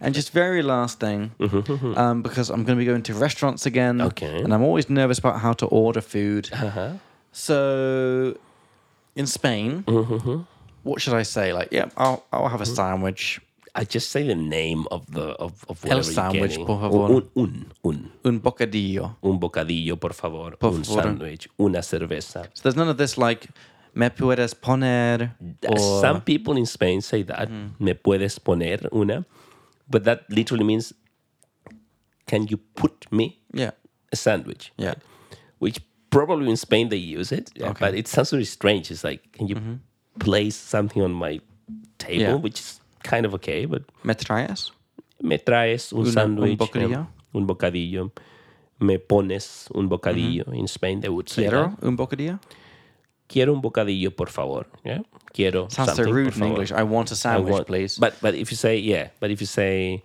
A: And just very last thing, um, because I'm going to be going to restaurants again.
B: Mm-hmm. Okay.
A: And I'm always nervous about how to order food.
B: Uh-huh.
A: So, in Spain,
B: Mm-hmm.
A: what should I say? Like, yeah, I'll, I'll have a sandwich.
B: I just say the name of the of, of
A: El
B: whatever
A: sándwich,
B: you're getting.
A: por favor.
B: Un, un un
A: Un bocadillo.
B: un bocadillo, por favor. un
A: favor.
B: sándwich, una cerveza.
A: So there's none of this like me puedes poner or
B: Some people in Spain say that.
A: Mm.
B: Me puedes poner una, but that literally means, can you put me
A: yeah
B: a sandwich?
A: yeah
B: Which probably in Spain they use it, yeah,
A: Okay. Mm-hmm.
B: but it sounds really strange. It's like, can you place something on my
A: Yeah.
B: table? Which is kind of okay, but
A: me traes
B: me traes un
A: Una- un
B: sándwich,
A: bocadillo.
B: em, un bocadillo, me pones un bocadillo. In Spain, they would say
A: quiero
B: that.
A: un bocadillo.
B: Quiero un bocadillo, por favor. Yeah? Quiero
A: Sounds so
B: something,
A: rude
B: por
A: in
B: favor.
A: English. I want a
B: I
A: sandwich,
B: want-
A: please.
B: But but if you say yeah, but if you say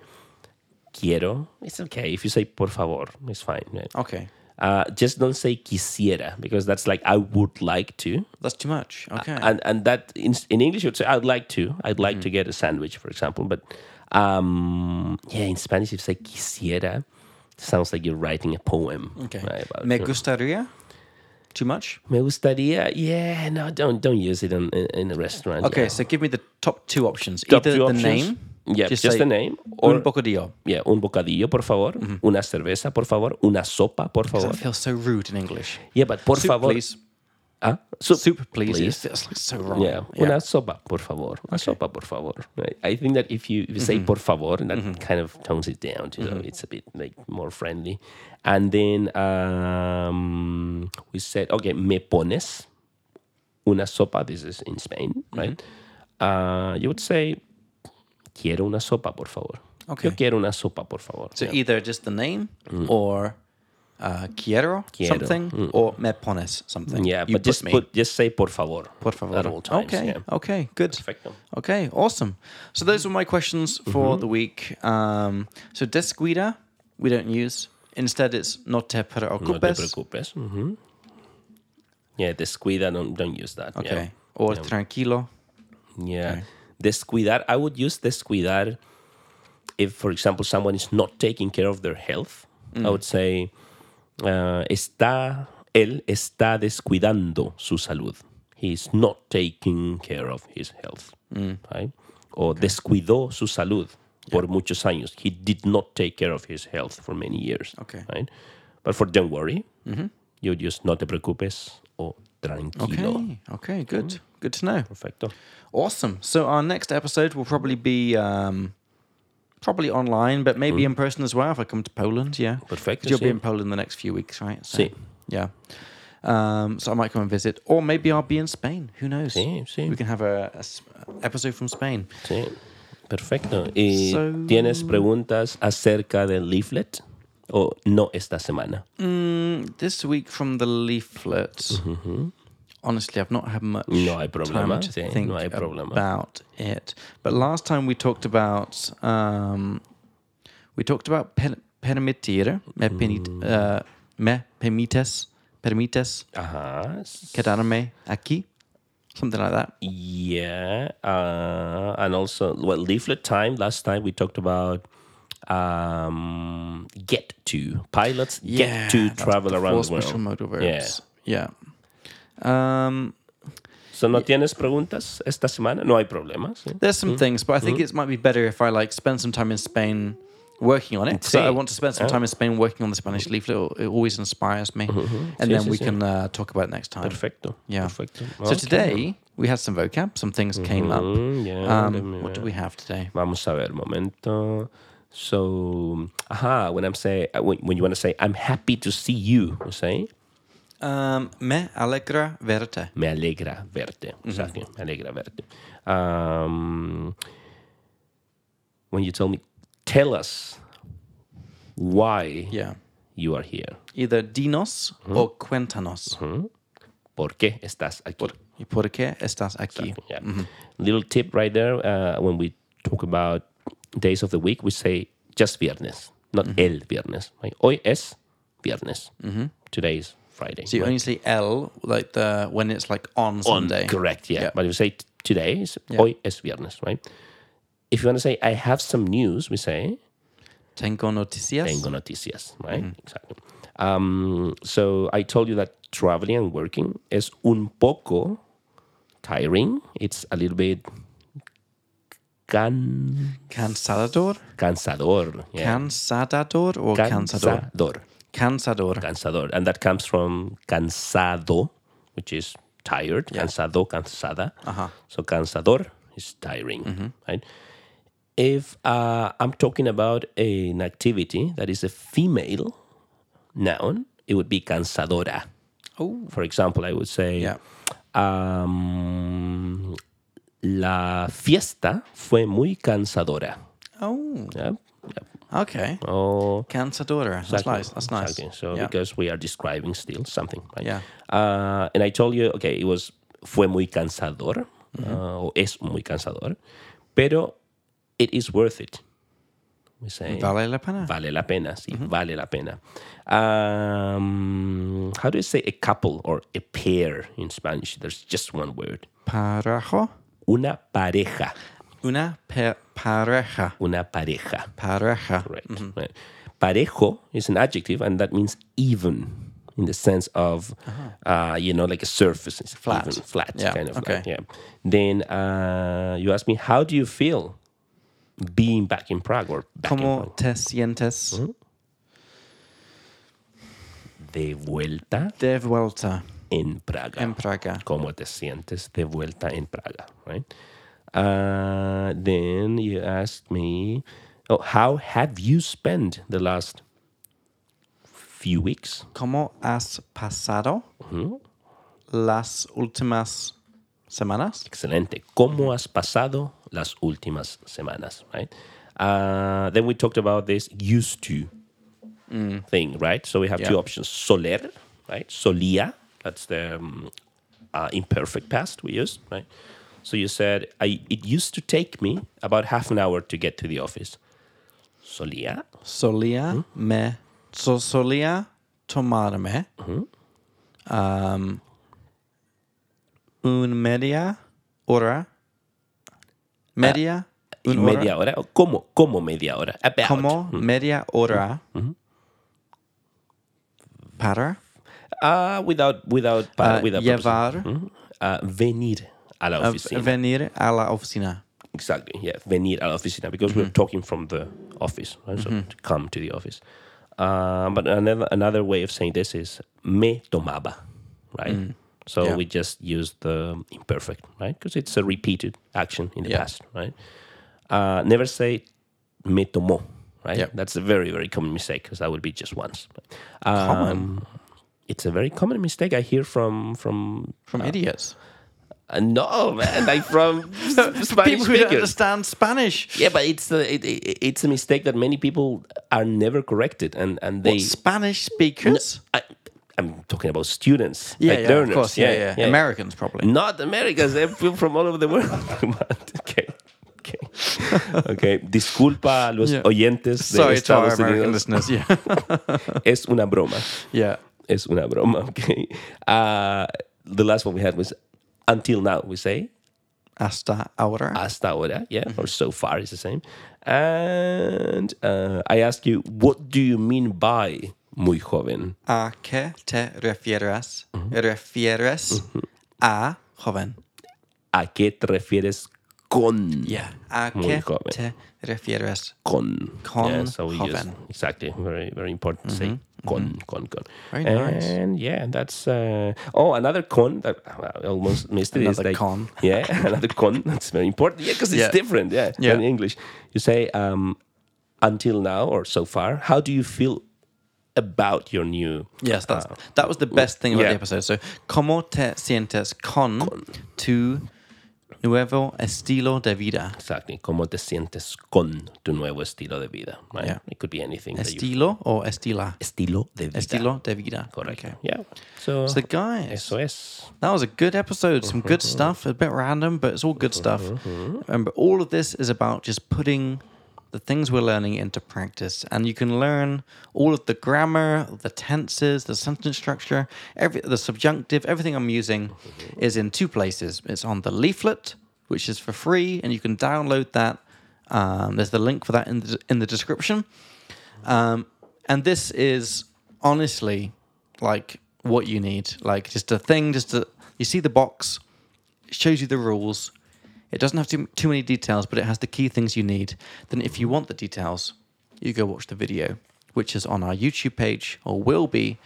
B: quiero, it's okay. If you say por favor, it's fine. yeah.
A: okay,
B: Uh, just don't say quisiera because that's like I would like to,
A: that's too much. Okay, Mm-hmm.
B: and and that in, in English you would say I'd like to. I'd like to get a sandwich, for example. But um, yeah, in Spanish you say quisiera. Sounds like you're writing a poem.
A: okay.
B: right, about-
A: me gustaría. Too much.
B: Me gustaría. Yeah, no, don't don't use it in, in, in a restaurant.
A: Okay,
B: yeah.
A: so give me the top two options.
B: Top
A: Either
B: two
A: the
B: options.
A: name.
B: Yeah, just,
A: say
B: the name
A: Un Mm-hmm.
B: or
A: bocadillo.
B: yeah, un bocadillo, por favor. Una cerveza, por favor. Una sopa, por
A: That
B: favor.
A: feels so rude in English.
B: Yeah, but por
A: Soup,
B: favor.
A: please.
B: Ah, soup,
A: Soup, please. It feels like so wrong.
B: Yeah. una sopa, por favor. Una sopa, por favor. Right? I think that if you, if you say
A: Mm-hmm.
B: por favor, that kind of tones it down. You know, it's a bit like more friendly. And then um, we said, okay, me pones una sopa. This is in Spain,
A: Mm-hmm.
B: right? Uh, you would say, quiero una sopa, por favor.
A: Okay.
B: Yo quiero una sopa, por favor.
A: So
B: Yeah.
A: either just the name or uh, quiero,
B: Quiero. Mm.
A: something or me pones something.
B: Yeah,
A: You
B: but just
A: me.
B: put just say por favor.
A: Por favor.
B: At all times.
A: Okay,
B: Yeah.
A: okay, good.
B: Perfecto.
A: Okay, awesome. So those were my questions
B: Mm-hmm.
A: for the week. Um, so descuida, we don't use. Instead, it's no te preocupes.
B: No te preocupes. Mhm. Yeah, descuida, don't, don't use that.
A: Okay. Or tranquilo.
B: Yeah. yeah. Descuidar, I would use descuidar if, for example, someone is not taking care of their health. I would say, uh, está, él está descuidando su salud. He's not taking care of his health. Right? O descuidó su salud. por muchos años. He did not take care of his health for many years.
A: Okay. Mm-hmm.
B: Right? But for don't worry, you just no te preocupes o tranquilo. Mm-hmm.
A: Okay. Okay. Good. Good to know.
B: Perfecto.
A: Awesome. So our next episode will probably be um, probably online, but
B: Mm.
A: maybe in person as well if I come to Poland. Yeah. 'Cause
B: Perfecto.
A: you'll be
B: sí.
A: in Poland the next few weeks, right? So,
B: Sí.
A: Yeah. Um, so I might come and visit, or maybe I'll be in Spain. Who knows?
B: Sí, sí.
A: We can have a, a s- episode from Spain.
B: Sí, perfecto. ¿Y
A: So-
B: tienes preguntas acerca del leaflet o no esta semana?
A: Mm, this week from the leaflet. Honestly, I've not had much
B: Mm-hmm. No hay problema,
A: time to
B: sí,
A: think
B: no eh? hay problema.
A: about it. But last time we talked about um, we talked about per- permitir, me,
B: Mm.
A: penit, uh, me permites, permites
B: Ajá. s-
A: quedarme aquí, something like that.
B: Yeah. uh, and also, well, leaflet time. Last time we talked about um, get to pilots get to
A: that's
B: travel
A: the
B: around
A: four
B: the world.
A: special modal verbs. Yeah. Um,
B: So, ¿No tienes preguntas esta semana? No hay problemas. ¿sí?
A: there's some things, but I
B: Mm-hmm.
A: think it might be better if I like spend some time in Spain working on it. So
B: Sí.
A: I want to spend some
B: Ah.
A: time in Spain working on the Spanish leaflet. It- It always inspires
B: Mm-hmm.
A: me, and
B: Sí,
A: then
B: sí,
A: we
B: sí.
A: can uh, talk about it next time.
B: Perfecto.
A: Yeah.
B: Perfecto.
A: So
B: Okay.
A: today we had some vocab. Some things came up.
B: Mm, yeah, let me
A: Um, what do
B: ver.
A: we have today?
B: Vamos a ver, momento. So, aha, when I'm say uh, when, when you want to say I'm happy to see you, you say
A: Um, me alegra verte.
B: me alegra verte. Exactly, me alegra verte. Um, when you tell me, tell us why
A: Yeah.
B: you are here.
A: Either dinos
B: Mm-hmm.
A: or cuéntanos.
B: ¿Por qué estás aquí?
A: ¿Y por qué estás aquí?
B: Yeah. Little tip right there. Uh, when we talk about days of the week, we say just viernes, not
A: Mm-hmm.
B: el viernes. Like, hoy es viernes. Today is Friday.
A: So you only say L like the when it's like on,
B: on
A: Sunday.
B: correct, yeah.
A: Yeah.
B: But if you say t- today is hoy es viernes, right? If you want to say I have some news, we say
A: Tengo noticias.
B: tengo noticias, right?
A: Mm-hmm.
B: Exactly. Um, so I told you that traveling and working is un poco tiring. It's a little bit can
A: Cansador.
B: Cansador. Yeah.
A: Cansador or cansador.
B: Cansador.
A: Cansador.
B: Cansador. And that comes from cansado, which is tired. Cansado, cansada.
A: Ajá.
B: So cansador is tiring,
A: Mm-hmm.
B: right? If uh, I'm talking about an activity that is a female noun, it would be cansadora.
A: Oh.
B: For example, I would say,
A: Yeah.
B: um, la fiesta fue muy cansadora.
A: Oh.
B: Yeah? Yeah.
A: Okay.
B: Oh,
A: Cansadora. That's nice. That's nice.
B: Exactly. So
A: yeah.
B: because we are describing still something, right?
A: Yeah.
B: Uh, and I told you, okay, it was fue muy cansador
A: Mm-hmm.
B: uh, o es muy cansador, pero it is worth it. We say
A: Vale Mm-hmm. la pena.
B: vale la pena, sí, vale la pena. Um, how do you say a couple or a pair in Spanish? There's just one word.
A: Parajo.
B: Una pareja.
A: Una pe- pareja.
B: Una pareja.
A: Pareja.
B: Right. right. Parejo is an adjective, and that means even in the sense of, uh you know, like a surface. It's
A: Uh-huh. Flat.
B: Even, flat,
A: Yeah,
B: kind of.
A: okay.
B: Like, yeah. Then uh, you ask me, how do you feel being back in Prague or back in
A: ¿Cómo
B: Prague?
A: te sientes?
B: De vuelta
A: De vuelta
B: en Praga.
A: en Praga.
B: ¿Cómo te sientes de vuelta en Praga? Right? Uh, then you ask me, oh, how have you spent the last few weeks?
A: ¿Cómo has pasado
B: Ujú.
A: las últimas semanas?
B: Excelente. ¿Cómo has pasado las últimas semanas? Right. Uh, then we talked about this used to thing, right? So we have two
A: Mm. Yeah.
B: options: soler, right? Solia. That's the um, uh, imperfect past we used, right? So you said I. It used to take me about half an hour to get to the office. Solia.
A: Solía me. so- solía tomarme. um, un media hora. Media.
B: Uh,
A: un hora.
B: media hora. o ¿Cómo? ¿Cómo media hora? About.
A: Como media hora. Para.
B: Uh, without without uh,
A: uh,
B: without
A: llevar.
B: uh, venir a la
A: a-
B: oficina.
A: venir a la oficina.
B: Exactly. Yeah, venir a la oficina because
A: Mm-hmm.
B: we're talking from the office, right? So to come to the office. Uh, but another another way of saying this is me tomaba, right? So
A: Mm. Yeah.
B: we just use the imperfect, right? Because it's a repeated action in the
A: Yeah.
B: past, right? Uh, never say me tomó, right?
A: Yeah.
B: That's a very very common mistake because that would be just once.
A: Common.
B: Um, It's a very common mistake I hear from from
A: From idiots.
B: uh, no, man, like from Spanish
A: People who don't
B: speakers.
A: understand Spanish.
B: Yeah, but it's a, it, it, it's a mistake that many people are never corrected, and and they.
A: What, Spanish speakers?
B: I, I'm talking about students,
A: yeah,
B: like
A: yeah,
B: learners,
A: of course. Yeah, yeah. Americans probably.
B: not Americans. They're people from all over the world. Come on, okay. Okay. okay. Disculpa a los
A: Yeah.
B: oyentes de
A: Sorry to our
B: Estados
A: American
B: Unidos.
A: listeners. Yeah.
B: Es una broma.
A: yeah.
B: Es una broma. Okay. Uh, the last one we had was until now. We say
A: Hasta ahora.
B: hasta ahora, yeah,
A: Mm-hmm.
B: or so far is the same. And uh, I ask you, what do you mean by muy joven?
A: ¿A qué te refieres?
B: Mhm.
A: ¿Refieres a joven?
B: ¿A qué te refieres con?
A: Yeah. ¿A
B: Muy
A: qué
B: joven.
A: te refieres?
B: Con.
A: Con
B: use-
A: joven.
B: exactly, very, very important to say con, con, con.
A: Mm-hmm. Very
B: and,
A: nice.
B: yeah, that's, uh, oh, another con that I almost missed it. is
A: Another
B: like-
A: con.
B: Yeah, another con. That's very important. Yeah, because it's
A: Yeah.
B: different, yeah,
A: Yeah.
B: than English. You say, um, until now or so far, how do you feel about your new
A: Yes, that's, that was the best thing about
B: yeah.
A: the episode. So, ¿cómo te sientes con, tu nuevo estilo de vida?
B: Exactly. ¿Cómo te sientes con tu nuevo estilo de vida? Right?
A: Yeah.
B: It could be anything. that you-
A: ¿Estilo o estila?
B: estilo de vida.
A: Estilo de vida.
B: Correcto.
A: Okay.
B: Yeah. So,
A: So, guys,
B: eso es.
A: That was a good episode. Some good stuff. A bit random, but it's all good stuff. And but all of this is about just putting the things we're learning into practice. And you can learn all of the grammar, the tenses, the sentence structure, every the subjunctive, everything I'm using is in two places. It's on the leaflet, which is for free, and you can download that. Um, there's the link for that in the, in the description. Um, and this is honestly like what you need. Like just a thing, just a, you see the box, it shows you the rules. It doesn't have too, too many details, but it has the key things you need. Then, if you want the details, you go watch the video, which is on our YouTube page or will be.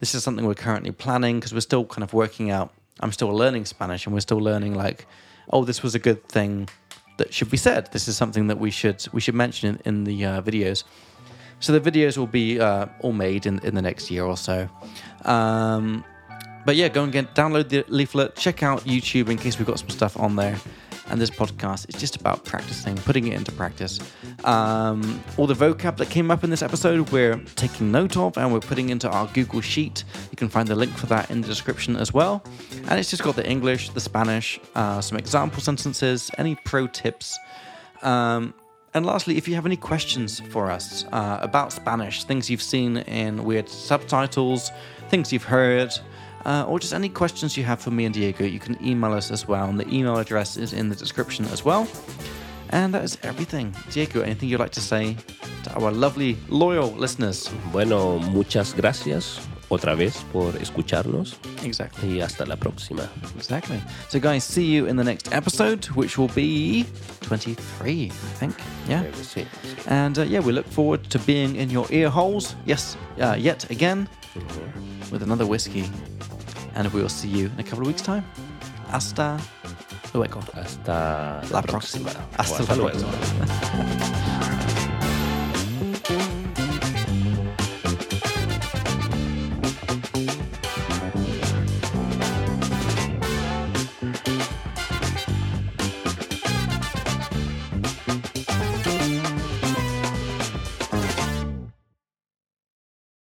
A: This is something we're currently planning because we're still kind of working out. I'm still learning Spanish and we're still learning, like, oh, this was a good thing that should be said. This is something that we should we should mention in, in the uh, videos. So the videos will be uh, all made in, in the next year or so. Um, but yeah, go and get download the leaflet. Check out YouTube in case we've got some stuff on there. And this podcast is just about practicing, putting it into practice. Um, all the vocab that came up in this episode, we're taking note of and we're putting into our Google Sheet. You can find the link for that in the description as well. And it's just got the English, the Spanish, uh, some example sentences, any pro tips. Um, and lastly, if you have any questions for us uh, about Spanish, things you've seen in weird subtitles, things you've heard, uh, or just any questions you have for me and Diego, you can email us as well. And the email address is in the description as well. And that is everything. Diego, anything you'd like to say to our lovely, loyal listeners?
B: Bueno, muchas gracias otra vez por escucharnos
A: Exactly.
B: y hasta la próxima.
A: Exactly. So, guys, see you in the next episode, which will be 23, I think. Yeah.
B: Eh, sí, sí.
A: And uh, yeah, we look forward to being in your ear holes. Yes, uh, yet again with another whiskey. And we will see you in a couple of weeks' time. Hasta luego.
B: Hasta
A: La próxima.
B: O
A: Hasta la próxima.